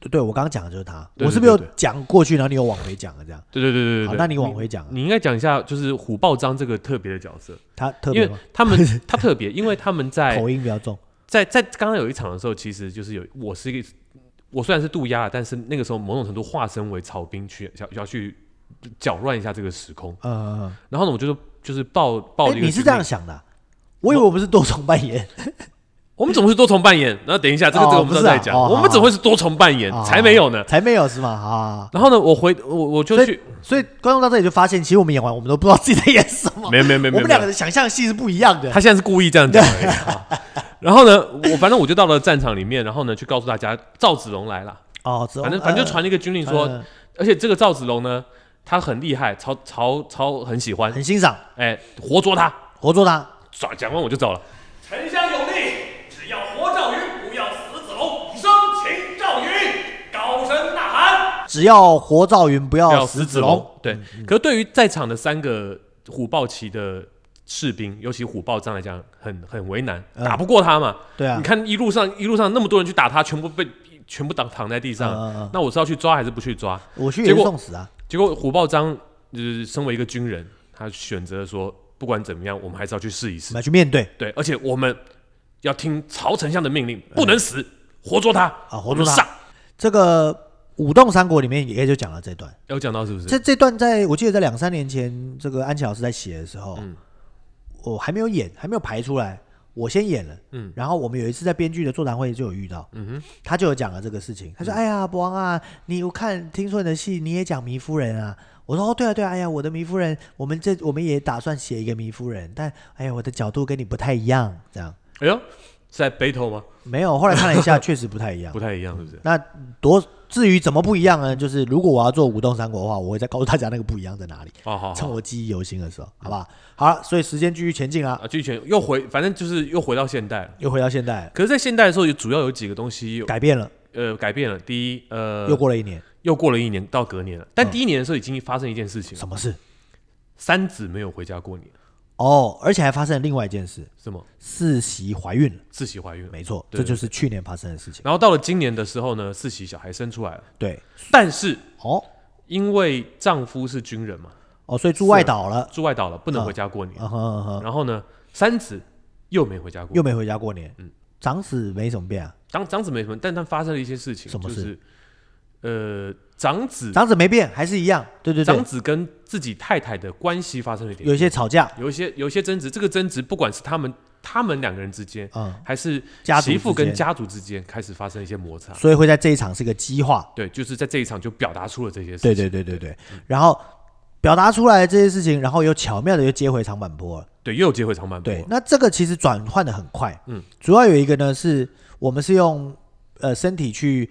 B: 对，对我刚刚讲的就是他，
A: 对对
B: 我是不是有
A: 对对
B: 讲过去，然后你有往回讲了这样？
A: 对对对对对
B: 好
A: 对，
B: 那你往回讲啊
A: 你应该讲一下，就是虎豹章这个特别的角色，
B: 他特
A: 因
B: 别
A: 为
B: 吗？
A: 他们
B: [LAUGHS]
A: 他特别，因为他们在
B: 口音比较重，
A: 在在刚刚有一场的时候，其实就是有我是一个我虽然是渡鸦，但是那个时候某种程度化身为曹兵去要要去搅乱一下这个时空。
B: 嗯嗯嗯。
A: 然后呢，我就就是抱抱
B: 哎
A: 哎了一，个
B: 你是
A: 军
B: 这
A: 令
B: 样想的啊、我以为我们是多重
A: [LAUGHS]
B: 扮演，
A: 我们总是多重扮演。那等一下，这个
B: 哦
A: 这个我们再
B: 不是啊
A: 再讲。
B: 哦
A: 我
B: 好
A: 们怎么会是多重扮演？
B: 啊
A: 才没有呢。
B: 才没有是吗？啊，
A: 然后呢，我回我我就
B: 所以
A: 去，
B: 所以观众到这里就发现，其实我们演完，我们都不知道自己在演什么。
A: 没有没有没有
B: 我
A: 没
B: 们
A: 有，
B: 两个的想象系是不一样的。
A: 他现在是故意这样讲而已。啊然后呢，我反正我就到了战场里面，然后呢，去告诉大家赵子龙来了。
B: 哦，只有
A: 反正反正就传了一个军令说，
B: 呃
A: 而且这个赵子龙呢，他很厉害，曹曹曹很喜欢，
B: 很欣赏，
A: 哎，活捉他。
B: 活捉他，
A: 讲讲完我就走了。
C: 丞相有令，只要活赵云，不要死子龙。生擒赵云，高声呐喊。
B: 只要活赵云，不
A: 要
B: 要
A: 死
B: 哦死
A: 子
B: 子
A: 龙
B: 龙。。
A: 对，可是对于在场的三个虎豹骑的士兵，尤其虎豹这样来讲，很很为难，
B: 嗯
A: 打不过他嘛。
B: 对啊
A: 你，看一路上一路上那么多人去打他，全部被全部躺躺在地上。
B: 嗯嗯嗯
A: 那我是要去抓还是不去抓？
B: 我去
A: 结
B: 也是
A: 果
B: 送死啊，
A: 结果虎豹章就是身为一个军人，他选择说，不管怎么样，我们还是要去试一
B: 我
A: 试。
B: 们要去面对
A: 对，而且我们要听曹丞相的命令，不能死，活捉他
B: 啊，活捉
A: 我们
B: 他
A: 上。。
B: 这个《武动三国》里面也就讲了这段，
A: 有讲到是不是？
B: 这这段在我记得在两三年前，这个安琪老师在写的时候，我还没有演，还没有排出来，我先演了。嗯，然后我们有一次在编剧的座谈会就有遇到，嗯哼，他就有讲了这个事情。他说：“哎呀，博王啊，你我看听说你的戏你也讲糜夫人啊。”我说：“哦，对啊，对啊，哎呀，我的糜夫人，我们这我们也打算写一个糜夫人，但哎呀，我的角度跟你不太一样，这样
A: 哎呦，是在 battle 吗？
B: 没有。后来看了一下，确实不太一样
A: 不。太一样，是不是？
B: 那多至于怎么不一样呢？就是如果我要做武动三国的话，我会再告诉大家那个不一样在哪里。
A: 哦，好
B: 趁
A: 好
B: 我记忆犹新的时候，好不好？好了，所以时间继续前进啦，
A: 啊，剧情又回，反正就是又回到现代了。
B: 又回到现代了，
A: 可是，在现代的时候，有主要有几个东西有
B: 改变了，
A: 呃改变了。第一，呃，
B: 又过了一年，
A: 又过了一年到隔年了，
B: 嗯
A: 但第一年的时候已经发生一件事情了，
B: 什么事？
A: 三子没有回家过年，
B: 哦，而且还发生了另外一件事，
A: 是吗？
B: 世袭怀孕了，
A: 四喜怀孕了。
B: 没错，
A: 对
B: 这就是去年发生的事情。
A: 然后到了今年的时候呢，四喜小孩生出来了，
B: 对，
A: 但是
B: 哦
A: 因为丈夫是军人嘛，
B: 哦，所以住外岛了，
A: 住外岛了，不能
B: 嗯
A: 回家过年。
B: 嗯哼嗯哼，
A: 然后呢，三子又没回家过
B: 又没回家过年，
A: 嗯
B: 长子没怎么变啊，
A: 长长子没什么，但他发生了一些事情，
B: 什么事
A: 就是呃，长子
B: 长子没变，还是一样，对对
A: 长
B: 对，
A: 子跟自己太太的关系发生了一点
B: 有一些吵架，
A: 有一些有一些争执，这个争执不管是他们他们两个人之间，
B: 嗯，
A: 还是
B: 家族
A: 媳妇
B: 之
A: 跟
B: 间
A: 家族之间开始发生一些摩擦。
B: 所以会在这一场是个激化，
A: 对，就是在这一场就表达出了这些事情。
B: 对对对对对，然后表达出来这些事情，然后又巧妙的又接回长坂坡了。
A: 对又有机会长坂坡。
B: 对，那这个其实转换的很快，
A: 嗯
B: 嗯，主要有一个呢是我们是用呃身体去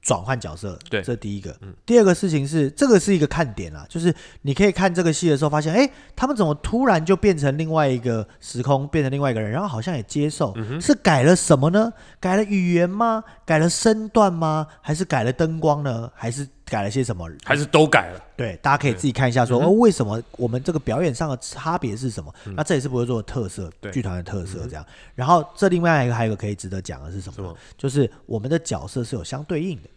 B: 转换角色，
A: 对
B: 这第一个，第二个事情是这个是一个看点啦，就是你可以看这个戏的时候发现，哎，他们怎么突然就变成另外一个时空，变成另外一个人，然后好像也接受，是改了什么呢？改了语言吗？改了身段吗？还是改了灯光呢？还是改了些什么？
A: 还是都改了。
B: 对，大家可以自己看一下说，哦，为什么我们这个表演上的差别是什么？那这也是不会做的特色
A: 对，
B: 剧团的特色这样。然后这另外一个还有一个可以值得讲的嗯是什么呢？
A: 什么
B: 就是我们的角色是有相对应的，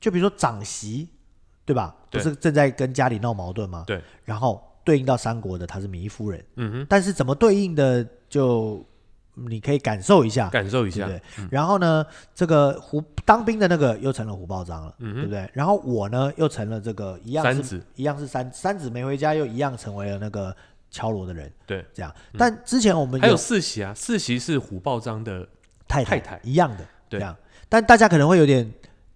B: 就比如说长媳，对吧？
A: 对
B: 不是正在跟家里闹矛盾吗？
A: 对，
B: 然后对应到三国的她是糜夫人，嗯哼，但是怎么对应的就你可以感受一下，
A: 感受一下。嗯
B: 对不对？然后呢，这个胡当兵的那个又成了胡豹章了，对不对？然后我呢又成了这个一样是
A: 嗯三子，
B: 一样是三三子没回家，又一样成为了那个敲锣的人，
A: 对
B: 这样。但之前我们
A: 嗯还有四喜啊，四喜是虎豹章的，
B: 太
A: 太太
B: 一样的，
A: 对
B: 这样。但大家可能会有点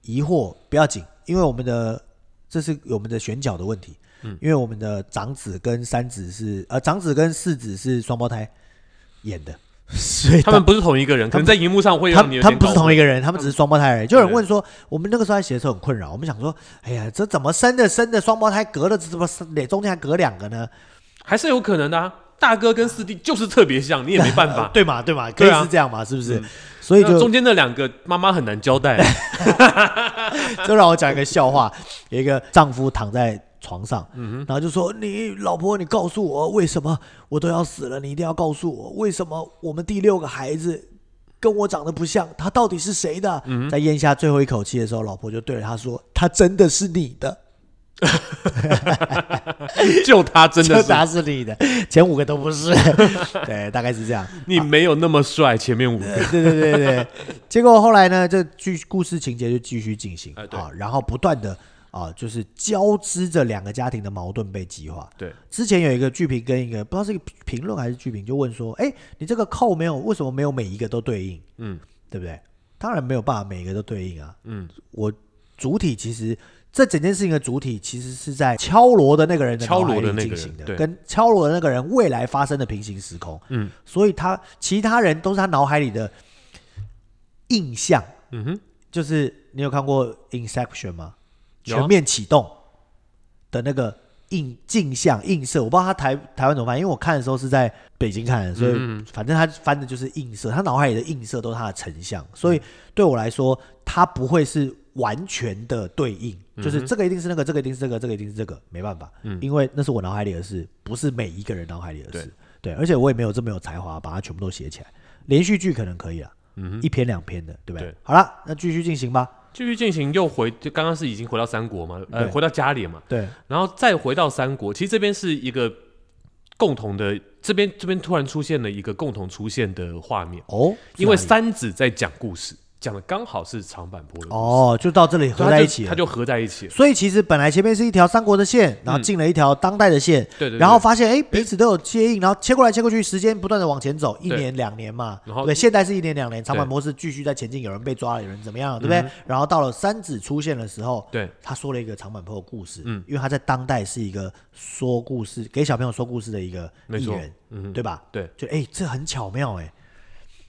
B: 疑惑，不要紧，因为我们的这是我们的选角的问题，嗯，因为我们的长子跟三子是呃长子跟四子是双胞胎
A: [LAUGHS]
B: 演的，所以
A: 他们不是同一个人，可能在荧幕上会
B: 他
A: 让你有
B: 他们
A: 点
B: 不
A: 搞
B: 是
A: 混。嗯
B: 同一个人，他们只是双胞胎而已。就有人
A: 对
B: 问说，我们那个时候在写的时候很困扰，我们想说，哎呀，这怎么生的生的双胞胎隔了怎么得中间还隔两个呢？
A: 还是有可能的、啊。大哥跟四弟就是特别像，你也没办
B: [LAUGHS]
A: 法。
B: 对嘛对嘛，可
A: 对
B: 以
A: 啊
B: 是这样嘛，是不是？所以
A: 那
B: 就
A: 中间那两个妈妈很难交
B: [LAUGHS]
A: 代。啊
B: 就让我讲一个笑话，有一个丈夫躺在床上，
A: 嗯
B: 然后就说：“你老婆，你告诉我为什么我都要死了，你一定要告诉我为什么我们第六个孩子跟我长得不像，他到底是谁的？”
A: 嗯
B: 在咽下最后一口气的时候，老婆就对着他说：“他真的是你的。”
A: 就他真的，
B: 就是答是你的，前五个都
A: [LAUGHS]
B: 不是，对，大概是这样。
A: 你没有那么帅。前面五个，
B: 对对对对，结果后来呢，这剧故事情节就继续进行
A: 哎对
B: 啊，然后不断的啊，就是交织着两个家庭的矛盾被激化。
A: 对，
B: 之前有一个剧评跟一个不知道是一个评论还是剧评，就问说，哎，你这个扣没有，为什么没有每一个都对应？
A: 嗯，
B: 对不对？当然没有办法每一个都对应啊。
A: 嗯，
B: 我主体其实这整件事情的主体其实是在敲锣的那个人的
A: 敲锣
B: 脑海里
A: 的那个
B: 进
A: 人
B: 行的，
A: 对
B: 跟敲锣的那个人未来发生的平行时空。嗯，所以他其他人都是他脑海里的印象。
A: 嗯哼，
B: 就是你有看过《Inception》吗？
A: 有啊
B: 全面启动的那个印镜像映射，我不知道他台台湾怎么翻，因为我看的时候是在北京看的，所以反正他翻的就是映射，他脑海里的映射都是他的成像，所以对我来说，他不会是完全的对应，就是这个一定是那个，嗯这个一定是这个，这个一定是这个，没办法，因为那是我脑海里的事，不是每一个人脑海里的
A: 对
B: 事。对，而且我也没有这么有才华，把它全部都写起来。连续剧可能可以了，一篇两篇的，对嗯不对？
A: 对
B: 好了，那继续进行吧。
A: 继续进行，又回就刚刚是已经回到三国嘛，呃，
B: 对
A: 回到家里嘛，
B: 对，
A: 然后再回到三国，其实这边是一个共同的，这边这边突然出现了一个共同出现的画面，
B: 哦，
A: 因为
B: 是哪
A: 三子在讲故事，讲的刚好是长坂坡的
B: 里
A: 故事，
B: 哦，就到这里
A: 所以
B: 合
A: 它
B: 在
A: 就
B: 一起了
A: 它就合在一起了。
B: 所以其实本来前面是一条三国的线，然后进了一条当代的线，
A: 对对对
B: 然后发现哎彼此都有接应，然后切过来切过去，时间不断的往前走，一
A: 对
B: 年两年嘛，
A: 然后
B: 对，现代是一年两年，长坂坡是继续在前进，有人被抓了，有人怎么样，对不对？然后到了三子出现的时候，
A: 嗯对，
B: 他说了一个长坂坡的故事，
A: 嗯
B: 因为他在当代是一个说故事给小朋友说故事的一个
A: 没
B: 艺
A: 错
B: 人，
A: 嗯哼
B: 对吧？
A: 对，
B: 就哎这很巧妙哎，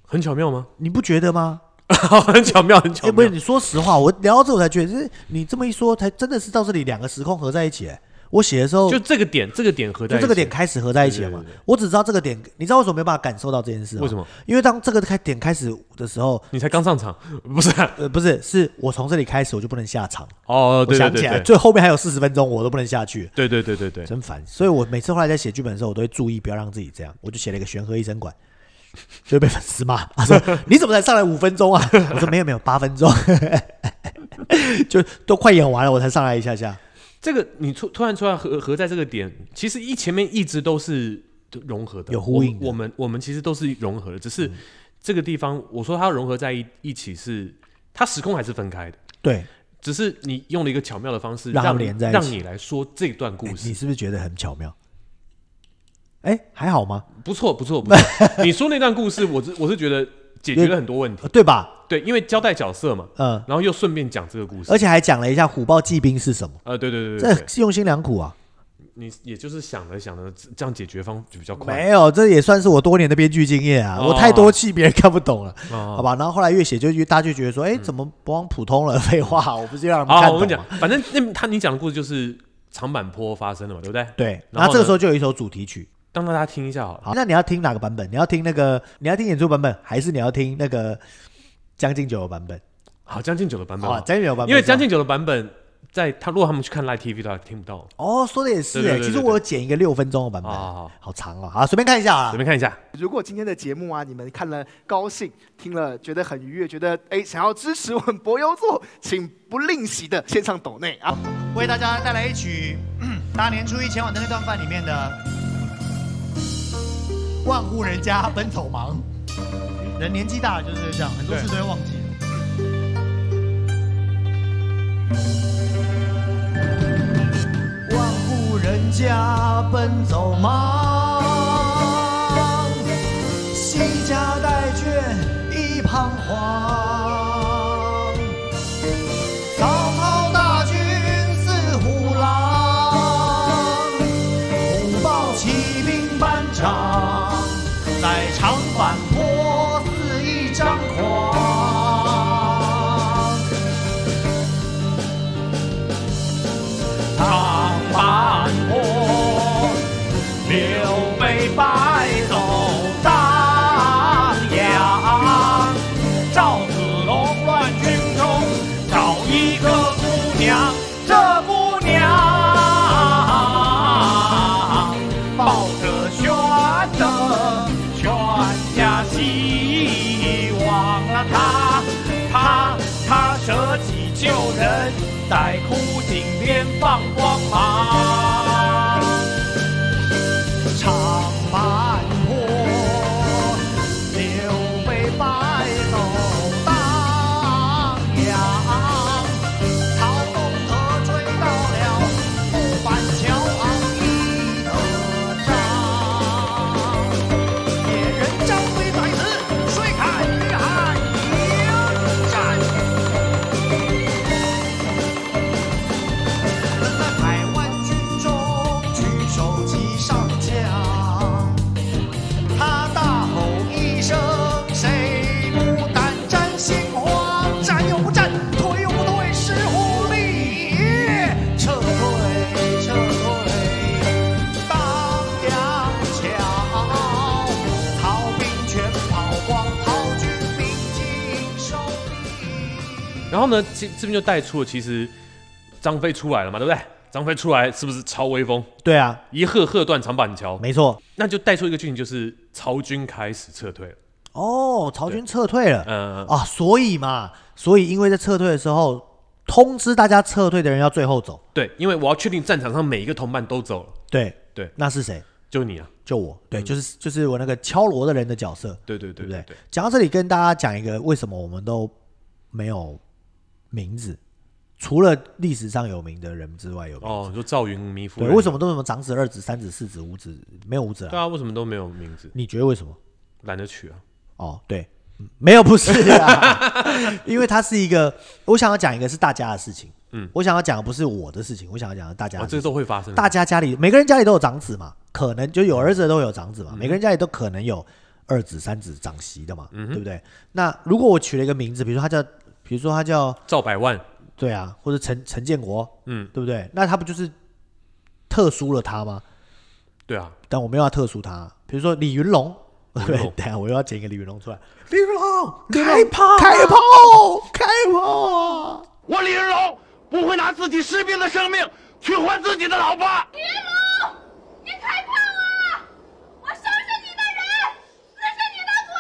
A: 很巧妙吗？
B: 你不觉得吗？
A: [LAUGHS] 很巧妙，很巧
B: 哎，不是，
A: 妙。
B: 你说实话，我聊到这我才觉得，就是你这么一说，才真的是到这里两个时空合在一起哎。我写的时候
A: 就这个点，这个点合在
B: 就
A: 一起
B: 这个点开始合在一起了嘛。
A: 对对
B: 我只知道这个点，你知道为什么没办法感受到这件事吗？
A: 为什么？
B: 因为当这个开点开始的时候，
A: 你才刚上场，不是啊、
B: 呃，不是，是我从这里开始我就不能下场。
A: 哦，对对
B: 我想起来，
A: 对对，
B: 最后面还有四十分钟，我都不能下去，
A: 对对对对对，
B: 真烦。所以我每次后来在写剧本的时候，我都会注意不要让自己这样。我就写了一个玄和医生馆。就被粉丝骂，他说：“你怎么才上来五分钟啊？” [LAUGHS] 我说：“没有没有，八分钟， [LAUGHS] 就都快演完了，我才上来一下下。
A: 这个你突突然出来合合在这个点，其实一前面一直都是融合的，
B: 有呼应的嗯
A: 我们我们我们其实都是融合的，只是这个地方我说它融合在一一起是，它时空还是分开的，”
B: 对，
A: 只是你用了一个巧妙的方式
B: 让它
A: 你
B: 连在一起哎
A: 让你来说这段故
B: 你
A: 事，
B: 是不是觉得很巧妙？哎、还好吗？
A: 不错不错不错。 [LAUGHS] 你说那段故事，我是我是觉得解决了很多问
B: [LAUGHS]
A: 题，
B: 呃对吧？
A: 对，因为交代角色嘛，
B: 嗯，
A: 然后又顺便讲这个故事
B: 而，且还讲了一下虎豹骑兵是什么，
A: 呃，对对对对
B: 这
A: 对，
B: 是用心良苦啊！
A: 你也就是想了想了，这样解决方就比较快，
B: 没有，这也算是我多年的编剧经验啊！
A: 哦
B: 我太多戏别人看不懂了，
A: 哦
B: 好吧？然后后来越写就越大家就觉得说，哎，怎么不往普通了？废话， [LAUGHS] 我不是要让他们
A: 好，
B: 看
A: 哦我
B: 懂啊
A: 们
B: 吗
A: 讲？，反正那他你讲的故事就是长坂坡发生的嘛，对不对？，
B: 对，
A: 然
B: 然
A: 后呢
B: 后这个时候就有一首主题曲。
A: 当大家听一下好了。
B: 好，那你要听哪个版本？你要听那个，你要听演出版本，还是你要听那个将进酒的版本？
A: 好，将近九的版本
B: 啊，
A: 好，
B: 将进酒的版本，
A: 因为将
B: 是吧
A: 近九的版本，在他如果他们去看 Live TV 的话，听不到。
B: 哦，说的也是
A: 对对
B: 哎，
A: 对
B: 其
A: 对
B: 实我有剪一个六分钟的版本，
A: 好好好
B: 好长哦，好，随便看一下啊
A: 随。便看一下，
D: 如果今天的节目啊，你们看了高兴，听了觉得很愉悦，觉得哎想要支持我们博优座，请不吝惜的献上抖内啊！
E: 为大家带来一曲嗯大年初一前往的那顿饭里面的“万户人家奔走忙”。人年纪大了就是这样，很多事都会忘记。万户人家奔走忙，惜家带眷一彷徨。曹操大军似虎狼，虎豹骑兵班长，在长坂坡肆意张狂。长坂坡，刘备败走当阳。赵子龙乱军中找一个姑娘，这姑娘抱着玄德，全家希望啊，她她她舍己救人，在枯井边放光芒。长坂坡，刘备败走当阳，曹公和追到了木板桥一合掌，野人张飞在此，谁敢与汉迎战？ [LAUGHS] 人在百万军中举手击上将，他大吼一声，谁不胆战心慌？战又不战，退又不退，失乎礼也，撤退，撤退，当阳桥，逃兵全跑光，逃军兵尽收兵。
A: 然后呢，这这边就带出了其实张飞出来了嘛，对不对？张飞出来是不是超威风？
B: 对啊，
A: 一喝喝断长板桥，
B: 没错。
A: 那就带出一个剧情，就是曹军开始撤退了。
B: 哦，曹军撤退了。
A: 嗯，
B: 啊，所以嘛，所以因为在撤退的时候，通知大家撤退的人要最后走。
A: 对，因为我要确定战场上每一个同伴都走了，
B: 对
A: 对
B: 那是谁？
A: 就你啊，
B: 就我。对，就是就是我那个敲锣的人的角色，
A: 对对对
B: 不对
A: 对，？
B: 讲到这里，跟大家讲一个为什么我们都没有名字，除了历史上有名的人之外有名。
A: 哦，你说赵云、糜夫
B: 对，
A: 人，
B: 为什么都什么长子、二子、三子、四子、五子，没有五子
A: 对
B: 啊？
A: 啊，为什么都没有名字？
B: 你觉得为什么？
A: 懒得取啊。
B: 哦，对，嗯没有
A: [LAUGHS]
B: 不是啊，因为它是一个，我想要讲一个是大家的事情，嗯，我想要讲的不是我的事情，我想要讲的大家
A: 哦，
B: 的
A: 这
B: 事情、
A: 都会发生。
B: 啊大家家里每个人家里都有长子嘛，可能就有儿子的都有长子嘛，
A: 嗯
B: 每个人家里都可能有二子、三子、长媳的嘛，
A: 嗯
B: 对不对？那如果我取了一个名字，比如说他叫，比如说他叫，
A: 赵百万，
B: 对啊，或者陈陈建国，
A: 嗯，
B: 对不对？那他不就是特殊了他吗？
A: 对啊，
B: 但我没有要特殊他，比如说李云龙，
A: 云
B: 对
A: 龙，
B: 等一下我又要剪一个李云龙出来。
A: 李云龙开炮，
B: 开炮！开炮！
F: 我李云龙不会拿自己士兵的生命去换自己的老婆。
G: 你开炮啊！我收拾你的人，撕是你的嘴！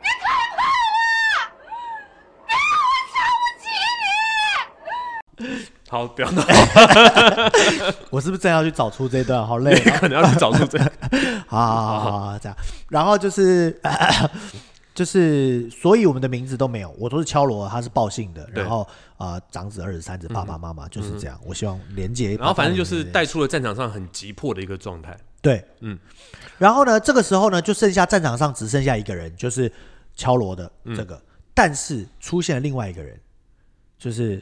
G: 你开炮啊！你让我瞧不起你！
A: 好，不
B: [LAUGHS]
A: 要闹，
B: 我是不是真要去找出这段？好累啊！
A: 可能要去找出这
B: [LAUGHS]
A: 个。
B: 好好好好好，这样。然后就是，就是，所以我们的名字都没有，我都是敲锣，他是报信的。
A: 对
B: 然后啊、呃长子、二子、三子，爸爸妈妈就是这样。我希望连接。
A: 然后反正就是带出了战场上很急迫的一个状态。
B: 对，
A: 嗯
B: 嗯。然后呢，这个时候呢，就剩下战场上只剩下一个人，就是敲锣的
A: 嗯
B: 这个，但是出现了另外一个人，就是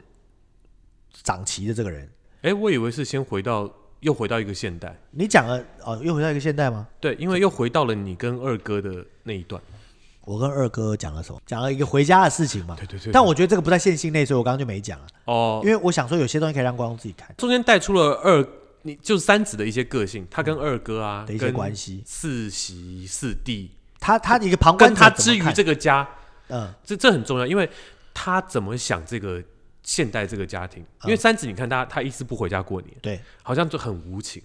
B: 长旗的这个人。
A: 哎，我以为是先回到又回到一个现代，
B: 你讲了哦，又回到一个现代吗？
A: 对，因为又回到了你跟二哥的那一段。
B: 我跟二哥讲了什么？讲了一个回家的事情嘛。
A: 对对对
B: 但我觉得这个不在线性内，所以我刚刚就没讲啊，
A: 哦
B: 因，为我想说有些东西可以让观众自己看。
A: 中间带出了二，你就是三子的一些个性，他跟二哥啊
B: 嗯的一些
A: 跟
B: 关系
A: 四媳四弟，
B: 他他一个旁观
A: 跟
B: 者
A: 他
B: 怎
A: 之
B: 么
A: 于
B: 看
A: 这个家，
B: 嗯，
A: 这这很重要，因为他怎么想这个现代这个家
B: 嗯
A: 庭，因为三子你看他他一直不回家过年，
B: 对，
A: 好像就很无情，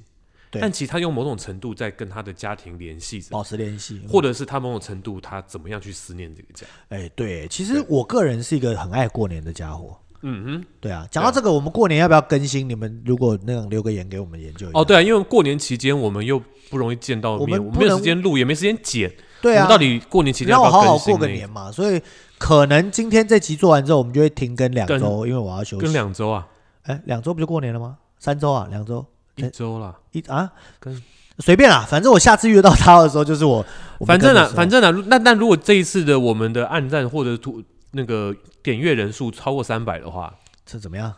B: 对哦
A: 但其实他用某种程度在跟他的家庭联系着，
B: 保持联系。
A: 或者是他某种程度他怎么样去思念这个家，
B: 哎，对，其实我个人是一个很爱过年的家伙。
A: 嗯
B: 对啊，讲到这个，我们过年要不要更新？你们如果那样留个言给我们研究一下。
A: 哼，哦，对啊，因为过年期间我们又不容易见到
B: 我
A: 面，
B: 们
A: 我
B: 不
A: 没有
B: 能
A: 时间录，也没时间剪，
B: 对
A: 我
B: 啊，
A: 们到底过年期
B: 你
A: 间要
B: 让
A: 不
B: 我
A: 要
B: 好好
A: 更新
B: 过个
A: 呢
B: 年嘛？所以可能今天这集做完之后，我们就会停更两
A: 更
B: 周，因为我要休息。
A: 跟两周啊，
B: 哎，两周不就过年了吗？三周啊，两周
A: 一周啦，
B: 一啊，
A: 跟
B: 随便啦，反正我下次遇到他的时候，就是我，我
A: 反
B: 们
A: 正
B: 跟的
A: 啊
B: 时，候
A: 反正啊，如那那如果这一次的我们的暗赞或者图那个点阅人数超过三百的话，
B: 这怎么样？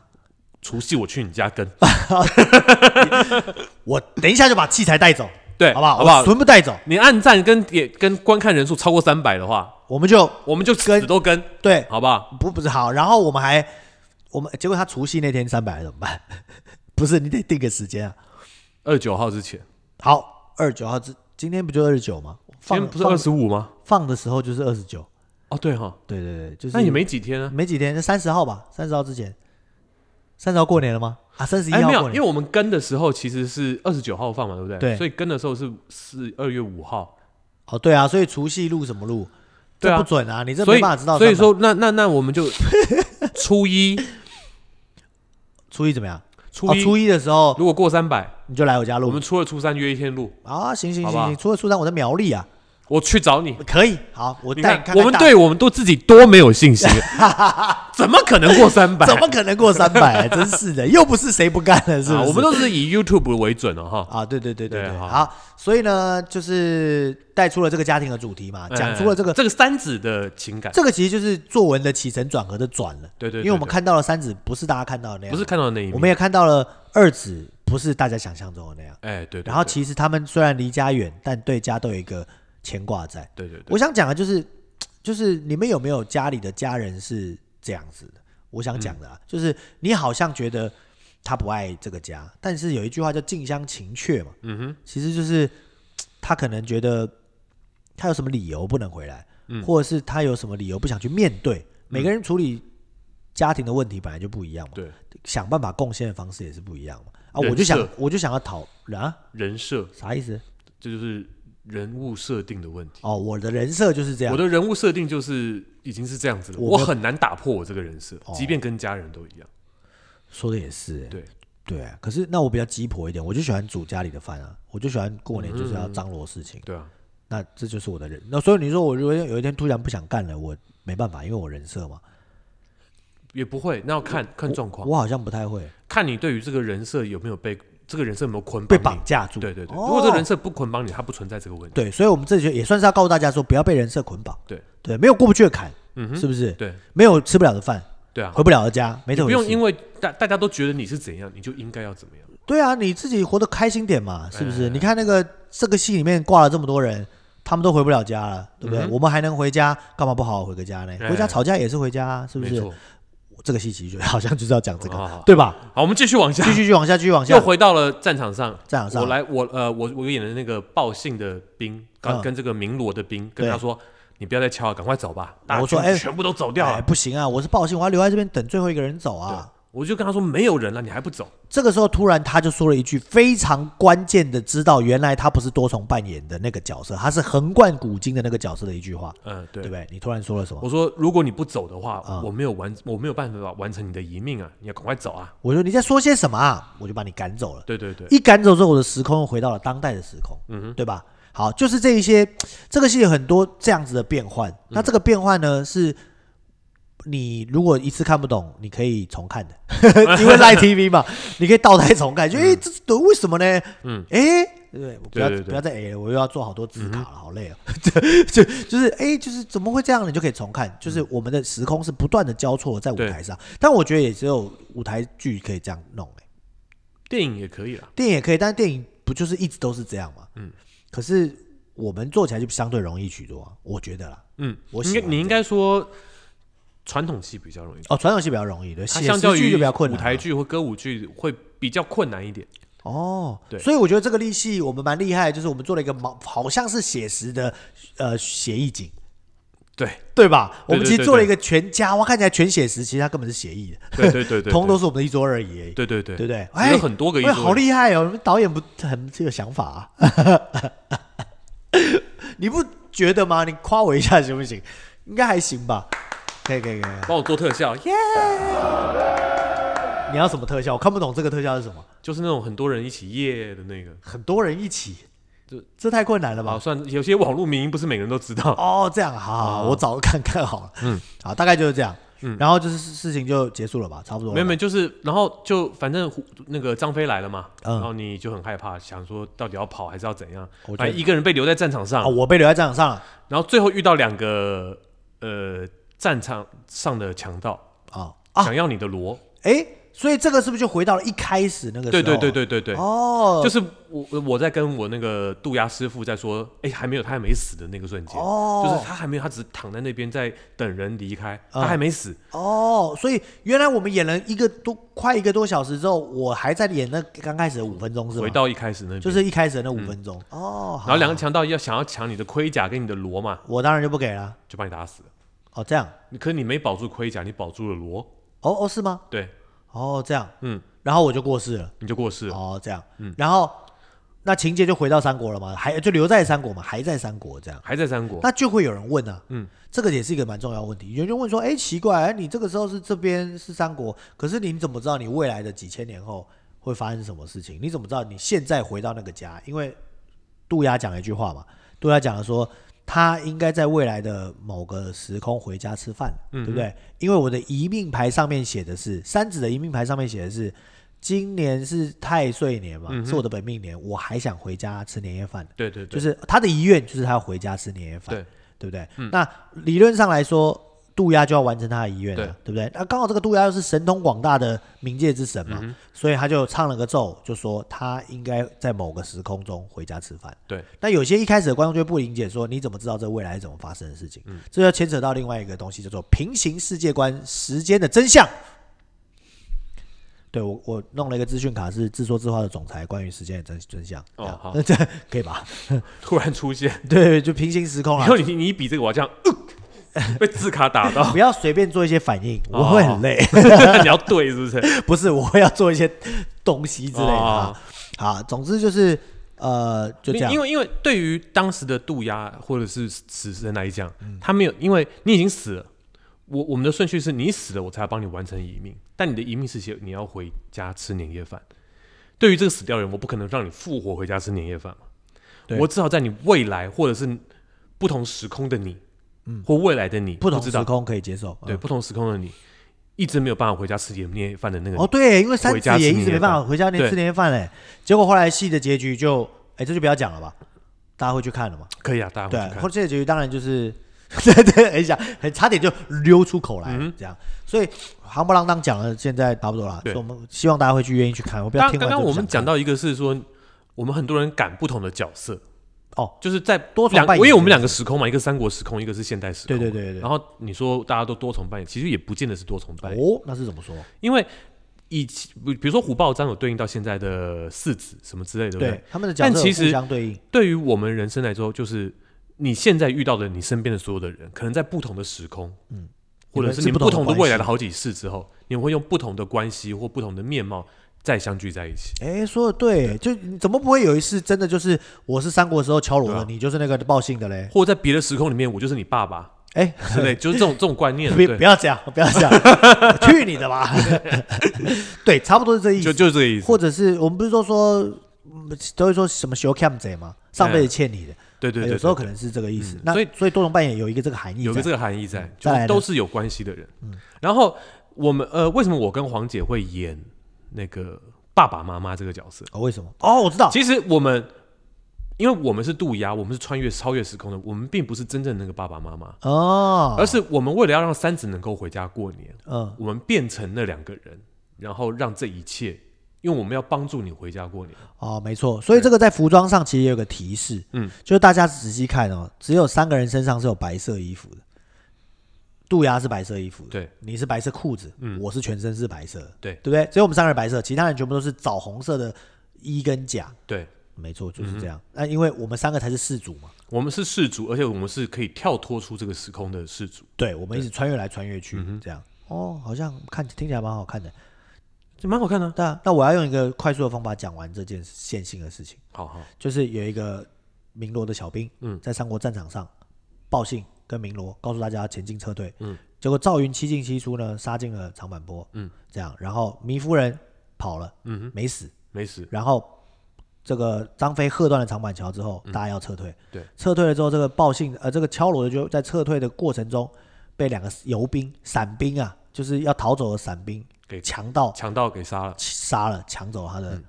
A: 除夕我去你家跟，
B: 啊我等一下就把器材带走，
A: 对，
B: 好不好？
A: 好不好
B: 我？全部带走，
A: 你暗赞跟点跟观看人数超过三百的话，
B: 我们就
A: 我们就死
B: 跟
A: 都跟，
B: 对，
A: 好不好？
B: 不不是好，然后我们还我们结果他除夕那天三百怎么办？ [LAUGHS] 不是，你得定个时间啊。
A: 二九号之前，
B: 好，二十九号之今天不就二十九吗？
A: 今
B: 放
A: 天不是
B: 放
A: 二十五吗？
B: 放的时候就是二十九，
A: 哦，对哈，
B: 对对对，就是
A: 那也没几天啊。
B: 没几天，三十号吧，三十号之前，三十号过年了吗？啊，三十一
A: 哎，
B: 号
A: 没有，
B: 过
A: 因为
B: 年，
A: 我们跟的时候其实是二十九号放嘛，对不对？
B: 对
A: 所以跟的时候是是二月五号，
B: 哦对啊，所以除夕录什么录？
A: 对啊
B: 这不准啊，你这
A: 所
B: 没
A: 以
B: 办法知道。
A: 所以，说那那那我们
B: [LAUGHS]
A: 就初一
B: 初一怎么样？
A: 初一
B: 哦、初一的时候
A: 如果过三百，
B: 你就来我家录。
A: 我们初二初三约一天录，
B: 啊，行行
A: 好
B: 行
A: 不好
B: 行，除了初三我在苗栗啊，
A: 我去找你。
B: 可以，好，我
A: 你
B: 带
A: 看
B: 你，
A: 我
B: 看看
A: 们
B: 大
A: 对我们都自己多没有信
B: [LAUGHS]
A: 心，怎么可能过三百？
B: 怎么可能过三百、啊？真是的，又不是谁不干了，是不
A: 啊？
B: 是？
A: 我们都是以 YouTube 为准了哈。
B: 啊，对对对对
A: 对
B: 对，
A: 好
B: 好，所以呢，就是带出了这个家庭的主题嘛，讲出了这个
A: 哎，这个三子的情感，
B: 这个其实就是作文的起承转合的转了，
A: 对对对
B: 因为我们
A: 对
B: 看到了三子不是大家看到的那样，
A: 不是看到的那一面。
B: 我们也看到了二子不是大家想象中的那样，
A: 哎，对对对
B: 然后其实他们虽然离家远，但对家都有一个牵挂在。
A: 对对对，
B: 我想讲的就是，就是你们有没有家里的家人是这样子的？我想讲
A: 嗯
B: 的、啊就是你好像觉得他不爱这个家，但是有一句话叫“近乡情怯”嘛，
A: 嗯哼，
B: 其实就是嘖他可能觉得他有
A: 嗯
B: 什么理由不能回来，或者是他有什么理由不想去面对。每个人处理家庭的问题本来就不一样嘛，
A: 对，
B: 想办法贡献的方式也是不一样嘛。啊，
A: 人
B: 我就想
A: 设，
B: 我就想要讨啊，
A: 人设
B: 啥意思？
A: 这就是人物设定的问题。
B: 哦，我的人设就是这样
A: 我。的人物设定就是已经是这样子了，
B: 我
A: 我
B: 没有
A: 很难打破我这个人设，即便跟家人都一样。
B: 说的也是、欸，
A: 对
B: 对啊。可是那我比较鸡婆一点，我就喜欢煮家里的饭啊，我就喜欢过年就是
A: 嗯
B: 要张罗事情。
A: 对啊，
B: 那这就是我的人。那所以你说我如果有一天突然不想干了，我没办法，因为我人设嘛，
A: 也不会，那要看看状况，
B: 我好像不太会
A: 看你对于这个人设有没有被这个人设有没有捆
B: 被
A: 绑
B: 绑
A: 你。
B: 架住。
A: 对对对，
B: 哦
A: 如果这个人设不捆绑你，它不存在这个问题。
B: 对，所以我们这就也算是要告诉大家说，不要被人设捆绑。
A: 对
B: 对，没有过不去的坎，
A: 嗯哼
B: 是不是？
A: 对
B: 没有吃不了的饭，
A: 对啊
B: 回，不了的家，没这
A: 不
B: 回
A: 用
B: 事。
A: 因为大大家都觉得你是怎样，你就应该要怎么样。
B: 对啊，你自己活得开心点嘛，是不是？
A: 哎
B: 你看那个这个戏里面挂了这么多人，他们都回不了家了，对不对？
A: 嗯哼
B: 我们还能回家，干嘛不好好回个家呢？
A: 哎
B: 回家吵架也是回家、啊，是不
A: 没
B: 是
A: 错？。哦
B: 这个戏其实就好像就是要讲这个，
A: 好好好
B: 对吧？
A: 好，我 [LAUGHS] 们继续往下
B: 继，续，继续往下，继续往下
A: 又。回到了战场上。
B: 战场上
A: 我来，我呃，我我演的那个报信的兵，刚
B: 嗯
A: 跟这个鸣锣的兵，跟
B: 对
A: 他说：“你不要再敲了，啊赶快走吧。”大家
B: 我说
A: 全
B: 哎
A: 全部都走掉
B: 哎，
A: 了。
B: 不行啊！我是报信，我要留在这边等最后一个人走
A: 对
B: 啊。
A: 我就跟他说：“没有人了，你还不走
B: 这个时候，突然他就说了一句非常关键的，知道原来他不是多重扮演的那个角色，他是横贯古今的那个角色的一句话？”，
A: 嗯，对
B: 对不。对？你突然说了什么
A: 我？说：“如果你不走的话，
B: 嗯
A: 我没有完，我没有办法完成你的遗命啊！你要赶快走啊
B: 我说你在说些什么啊？我就把你赶走了！”。
A: 对对对，
B: 一赶走之后，我的时空又回到了当代的时空，嗯，对吧？好，就是这一些，这个戏有很多这样子的变换。
A: 嗯
B: 那这个变换呢，是你如果一次看不懂，你可以重
A: [LAUGHS]
B: 看的，因为 Live TV 嘛，你可以倒带重看，就诶，这是对为什么呢？嗯，诶，对不对？我不要
A: 嗯对对嗯对
B: 不要再 A 了，我又要做好多字卡了，好累哦。 [LAUGHS] 就就是诶，就是怎么会这样？你就可以重看，就是我们的时空是不断的交错在舞
A: 嗯对
B: 台上，但我觉得也只有舞台剧可以这样弄、诶。
A: 电影也可以啦。
B: 电影也可以，但是电影不就是一直都是这样吗？嗯，可是我们做起来就相对容易许多、啊，我觉得啦。
A: 嗯，
B: 我
A: 应
B: 喜
A: 该
B: 欢
A: 你
B: 这
A: 应该说传统戏比较容易，
B: 哦，传统戏比较容易，对，
A: 它
B: 写
A: 相较
B: 实剧
A: 于
B: 就比较困难
A: 舞
B: 啊。
A: 台剧或歌舞剧会比较困难一点。
B: 哦，
A: 对
B: 所以我觉得这个立戏我们蛮厉害的，就是我们做了一个毛，好像是写实的呃写意景，
A: 对，
B: 对吧？我
A: 对对
B: 们其实
A: 对
B: 做了
A: 对
B: 一个全家，哇，看起来全写实，其实它根本是写意的，
A: 对对对对，
B: [LAUGHS] 通都是我们的一桌而已而已。
A: 对对对
B: 对不对？
A: 只有很多个一
B: 哎
A: 桌，
B: 好厉害哦！你们导演不很有想法啊？ [LAUGHS] 你不觉得吗？你夸我一下行不行？应该还行吧。可以可以可以。
A: 帮我做特效，耶！
B: 你要什么特效？我看不懂这个特效是什么。
A: 就是那种很多人一起耶的那个。
B: 很多人一起，
A: 这
B: 这太困难了
A: 好，
B: 吧？
A: 算有些网络名不是每个人都知道。
B: 哦，这样好好，
A: 啊
B: 好我找个看看好了。嗯，好，大概就是这样。嗯，然后就是事事情就结束了吧，差不多了吧。
A: 没有没有，就是然后就反正胡那个张飞来了嘛，
B: 嗯
A: 然后你就很害怕，想说到底要跑还是要怎样
B: 我？觉
A: 反
B: 得
A: 正一个人被留在战场上
B: 啊，，我被留在战场上了
A: 然后最后遇到两个呃战场上的强盗，
B: 啊啊！
A: 想要你的罗。
B: 哎，所以这个是不是就回到了一开始那个时
A: 对
B: 候？
A: 对对对对对，
B: 哦，
A: 就是我我在跟我那个渡鸦师傅在说，哎，还没有，他还没死的那个瞬间，
B: 哦嗯
A: 就是他还没有，他只是躺在那边在等人离开，他还没死，
B: 哦，所以原来我们演了一个多快一个多小时之后，我还在演那刚开始的五分钟是吗？
A: 回到一开始那边，嗯
B: 就是一开始的那五分钟、哦。
A: 然后两个
B: 个，
A: 强盗要想要抢你的盔甲跟你的罗嘛，
B: 我当然就不给了。
A: 就把你打死了。
B: 哦，这样，
A: 你可是你没保住盔甲，你保住了罗，
B: 哦哦是吗？
A: 对，
B: 哦这样，
A: 嗯，
B: 然后我就过世了。
A: 你就过世了。
B: 哦这样，嗯，然后那情节就回到三国了嘛，还就留在三国嘛，还在三国这样。
A: 还在三国，
B: 那就会有人问啊，
A: 嗯
B: 嗯，这个也是一个蛮重要的问题。有人就问说，哎，奇怪，哎你这个时候是这边是三国，可是你怎么知道你未来的几千年后会发生什么事情？你怎么知道你现在回到那个家？因为杜鸦讲了一句话嘛，杜鸦讲了说，他应该在未来的某个时空回家吃饭，对不对？因为我的遗命牌上面写的是三子的遗命牌上面写的是。今年是太岁年嘛，是我的本命年，我还想回家吃年夜饭。
A: 对对对，
B: 就是他的遗愿就是他要回家吃年夜饭，
A: 对
B: 对不对？
A: 嗯
B: 那理论上来说，渡鸦就要完成他的遗愿了，对不对？那刚好这个渡鸦又是神通广大的冥界之神嘛，
A: 嗯
B: 所以他就唱了个咒，就说他应该在某个时空中回家吃饭。
A: 对，
B: 那有些一开始的观众就会不理解，说你怎么知道这未来是怎么发生的事情？
A: 嗯
B: 这要牵扯到另外一个东西，叫做平行世界观、时间的真相。对我，我弄了一个资讯卡，是自说自话的总裁关于时间的真真相。
A: 哦
B: 这样 [LAUGHS]
A: 好
B: 这可以吧？
A: 突然出现，
B: 对，就平行时空
A: 然
B: 啊
A: 后。你你一比这个，我要这样，呃
B: [LAUGHS]
A: 被字卡打到
B: 不，要随便做一些反应，
A: 哦
B: 我会
A: [LAUGHS]
B: 很累。
A: 你要对是不是？
B: 不是，我会要做一些东西之类的
A: 哦
B: 啊。好，总之就是呃，就这样。
A: 因为因为对于当时的渡鸦或者是死神来讲，
B: 嗯
A: 他没有，因为你已经死了。我我们的顺序是你死了，我才要帮你完成遗命，但你的遗命是写你要回家吃年夜饭。对于这个死掉的人，我不可能让你复活回家吃年夜饭嘛。
B: 对
A: 我至少在你未来或者是不同时空的你，或未来的你，
B: 嗯不同
A: 知
B: 时
A: 道
B: 空可以接受，
A: 对
B: 嗯
A: 不同时空的你，一直没有办法回家吃年夜饭的那个
B: 哦，
A: 人，
B: 对，因为三
A: 回
B: 子
A: 家吃
B: 也一直
A: 年夜
B: 没办法
A: 饭
B: 回家连
A: 对
B: 吃年夜饭嘞，结果后来戏的结局就，哎、这就不要讲了吧，大家会去看了嘛？
A: 可以啊，大家
B: 对
A: 回
B: 啊
A: 去，
B: 后
A: 看。
B: 这个结局当然就是， [LAUGHS] 对对，很想很差点就溜出口
A: 嗯
B: 来了、这样，所以夯不啷当讲了，现在差不多了，
A: 对
B: 所以我们希望大家会去愿意去看，我不要
A: 刚
B: 听
A: 刚
B: 完
A: 刚
B: 就不
A: 我
B: 想
A: 们讲
B: 看
A: 到一个是说，我们很多人赶不同的角色，
B: 哦，
A: 就是在
B: 多重
A: 两，
B: 扮演
A: 因为我们
B: 这件
A: 两个时空嘛，一个三国时空，一个是现代时空
B: 对
A: 嘛。
B: 对对对对
A: 然后你说大家都多重扮演，其实也不见得是多重扮演，
B: 哦，那是怎么说？
A: 因为以前比比如说虎豹章有对应到现在的四子什么之类的，对不
B: 对
A: 对？，
B: 他们的角
A: 但
B: 色
A: 其
B: 有互
A: 实
B: 相对应，
A: 对于我们人生来说，就是你现在遇到的你身边的所有的人，可能在不同的时空，嗯，或者是
B: 你
A: 你
B: 们是
A: 们
B: 不
A: 不
B: 同的
A: 同的未来
B: 关系
A: 的好几世之后，你们会用不同的关系或不同的面貌再相聚在一起。
B: 哎、说的对，就怎么不会有一次真的就是我是三国时候敲锣的，
A: 对啊
B: 你就是那个报信的嘞？
A: 或者在别的时空里面，我就是你爸
B: [LAUGHS]
A: 爸
B: 哎、
A: 之类，就是
B: [LAUGHS]
A: 这种这种观念，
B: 别不
A: 对，
B: 要这样，不要这样， [LAUGHS] 去你的吧！ [LAUGHS] 对，差不多是这意
A: 就
B: 思。
A: 就是这个意思。
B: 或者是我们不是都说，嗯都会说什么 “show cam 贼”吗？上辈子欠你的，
A: 对对对，
B: 有时候
A: 对
B: 可能是这个意思。那
A: 所以
B: 嗯所以多重扮演有一个这个含义，
A: 有个这
B: 个，
A: 个含义在，就
B: 再来嗯
A: 是
B: 呢
A: 都是有关系的人。然后我们呃，为什么我跟黄姐会演那个爸爸妈妈这个角色？
B: 哦，为什么？哦，我知道，
A: 其实我们，因为我们是渡鸦，我们是穿越超越时空的，我们并不是真正那个爸爸妈妈，
B: 哦，
A: 而是我们为了要让三子能够回家过年，
B: 嗯，
A: 我们变成那两个人，然后让这一切，因为我们要帮助你回家过年。
B: 哦，没错。所以这个在服装上其实也有个提示，
A: 嗯，
B: 就是大家仔细看哦，只有三个人身上是有白色衣服的，杜牙是白色衣服的，
A: 对，嗯
B: 你是白色裤子，我是全身是白色的，
A: 对
B: 对不对？只有我们三个人白色，其他人全部都是枣红色的衣跟甲，
A: 对，
B: 没错，
A: 嗯
B: 就是这样。那、因为我们三个才是氏族嘛，
A: 我们是氏族，而且我们是可以跳脱出这个时空的氏族，
B: 对，我们一直穿越来穿越去，
A: 嗯
B: 这样。哦，好像看听起来蛮好看的。
A: 这蛮好看的啊、
B: 那那我要用一个快速的方法讲完这件线性的事情。
A: 好好，
B: 就是有一个鸣锣的小兵，
A: 嗯
B: 在三国战场上报信跟鸣锣，告诉大家前进撤退，嗯，结果赵云七进七出呢，杀进了长坂坡，嗯，这样，然后糜夫人跑了，
A: 嗯哼，
B: 没死，
A: 没死，
B: 然后这个张飞喝断了长坂桥之后，大家要撤退，
A: 嗯对，
B: 撤退了之后，这个报信呃，这个敲锣的就在撤退的过程中被两个游兵、散兵啊，就是要逃走的散兵
A: 给
B: 强盗
A: 强嗯盗给杀
B: 啊
A: 了，
B: 杀了，抢走他的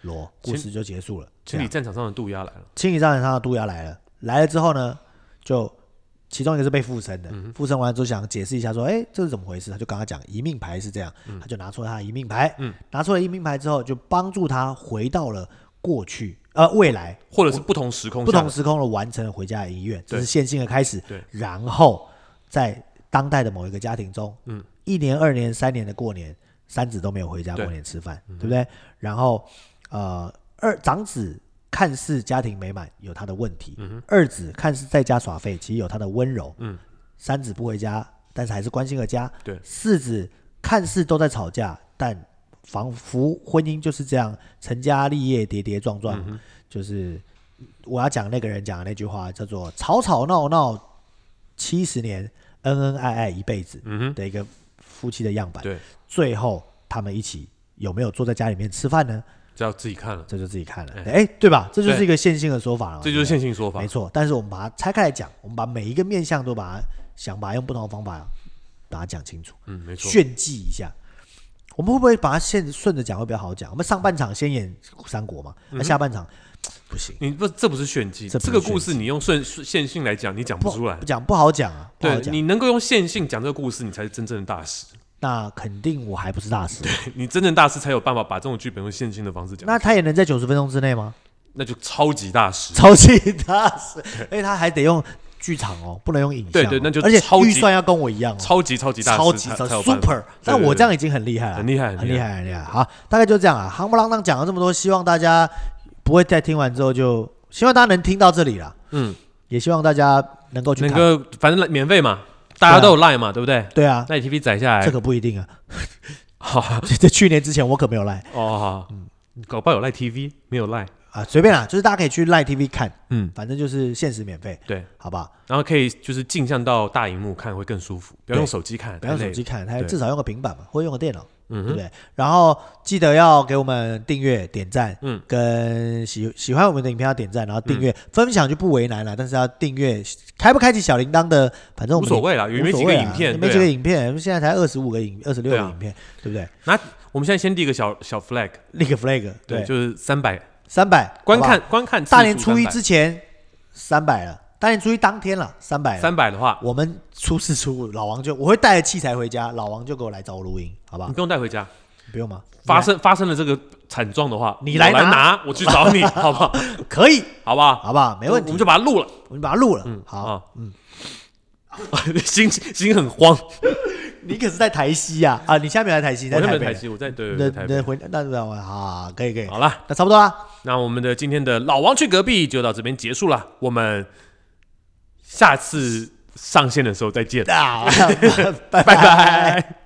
B: 锣，故事就结束了，这
A: 清
B: 样
A: 理战场上的渡鸦来了，
B: 清理战场上的渡鸦来了，来了之后呢，就其中一个是被附身的，附身完了之后想解释一下说，哎、这是怎么回事？他就跟他讲一命牌是这样，他就拿出了他的一命牌，拿出了一命牌之后，就帮助他回到了过去，呃，未来
A: 或者是不同时空
B: 不
A: 下
B: 同时空的完成了回家的遗愿，这是
A: 对
B: 线性的开始
A: 对。
B: 然后在当代的某一个家庭中，嗯，一年、二年、三年的过年，三子都没有回家过
A: 对嗯
B: 年吃饭，对不对？然后呃，二长子看似家庭美满，有他的问题；
A: 嗯
B: 二子看似在家耍废，其实有他的温柔。嗯，三子不回家，但是还是关心了家。
A: 对
B: 四子看似都在吵架，但仿佛婚姻就是这样，成家立业，跌跌撞
A: 嗯
B: 撞，就是。我要讲那个人讲的那句话，叫做“吵吵闹闹七十年，恩恩爱爱一辈子”的一个夫妻的样板。
A: 嗯对，
B: 最后他们一起有没有坐在家里面吃饭呢？
A: 这要自己看了，
B: 这就自己看了。
A: 哎
B: 哎、对吧？这就是
A: 对
B: 一个线性的说法了嘛。
A: 这就是
B: 对
A: 线性说
B: 不对
A: 法
B: 没。错。但是我们把它拆开来讲，我们把每一个面相都把它想把它用不同的方法把它讲清楚，
A: 嗯，没错，
B: 炫技一下。我们会不会把它现顺着讲会比较好讲？我们上半场先演三国嘛，
A: 嗯
B: 那、下半场不行。
A: 你不这不是炫技，
B: 这不是
A: 这个故事你用顺顺线性来讲，你讲不出来。
B: 讲不好讲啊，不好
A: 对
B: 讲。
A: 你能够用线性讲这个故事，你才是真正的大
B: [LAUGHS]
A: 师。
B: 那肯定我还不是大师。
A: 你真正大师才有办法把这种剧本用线性的方式讲，
B: 那他也能在九十分钟之内吗？ [LAUGHS]
A: 那就超级大师。
B: 超级大师，而且他还得用剧场哦，不能用影像哦、
A: 对对那就
B: 而且
A: 超级
B: 预算要跟我一样哦，
A: 超级超级大师，
B: 超级
A: 才
B: 超
A: 才有办法
B: super。但我这样已经很厉害了，
A: 很厉害
B: 很
A: 很
B: 厉
A: 厉
B: 害，很厉害。好，大概就这样啊，夯不啷当讲了这么多，希望大家不会再听完之后就，希望大家能听到这里啦。
A: 嗯，
B: 也希望大家能够去
A: 能
B: 看。
A: 够反正免费嘛，大家都有 line 嘛，对不对？
B: 对啊，
A: 那你 T P 载下来， [LAUGHS]
B: 这可不一定啊。 [LAUGHS]
A: 好好
B: 这去年之前我可没有赖
A: 哦，好
B: 嗯
A: 搞不好有赖 T V，没有赖，
B: 啊，随便啦，就是大家可以去赖 TV 看，
A: 嗯，
B: 反正就是限时免费，
A: 对，
B: 好吧？
A: 然后可以就是镜像到大荧幕看会更舒服，不要
B: 对
A: 用手机看，
B: 不要用
A: 太
B: 手
A: 累
B: 机看，他
A: 对
B: 至少用个平板嘛，或用个电脑，
A: 嗯
B: 对不
A: 哼，
B: 对？然后记得要给我们订阅、点赞，
A: 嗯
B: 跟喜喜欢我们的影片要点赞，然后订阅、分享就不为难了，但是要订阅，开不开启小铃铛的，反正我
A: 无
B: 们
A: 所谓啦，有没
B: 无
A: 几
B: 所
A: 个
B: 谓啊
A: 影片，
B: 没
A: 对
B: 几
A: 啊
B: 个影片，现在才二十五个影，二十六个
A: 对啊
B: 影片，对不对？
A: 那我们现在先立个小小 flag，
B: 立个 flag，
A: 对，就是三百
B: 三百
A: 观看观看
B: 大年初一之
A: 之
B: 前三百了，大年初一当天了三百，
A: 三百的话，
B: 我们初四初五，老王就我会带着器材回家，老王就给我来找我录音，好不好
A: 你？不用带回家。
B: 不用吗？
A: 嗯发生发生了这个惨状的话，
B: 你
A: 我
B: 来
A: 来
B: 拿
A: 拿，我去找
B: [LAUGHS]
A: 你，好不好？
B: 可以，
A: 好不好？
B: 好不好？没问题，
A: 我们就把它录了。
B: 我们就把它录了。好，
A: 啊，嗯， [LAUGHS] 心心很慌，
B: 你可是在台西呀啊！你现在没有在台西，你
A: 我在
B: 在台
A: 没
B: 北。啊
A: 台戏，我在对
B: 那
A: 对台
B: 那
A: 北。
B: 回那那我啊，可以可以，
A: 好啦，
B: 那差不多
A: [LAUGHS]
B: 啦， [LAUGHS]
A: 那我们的今天的老王去隔壁就到这边结束了，我们下次上线的时候再见，
B: 啊，拜
A: 拜拜。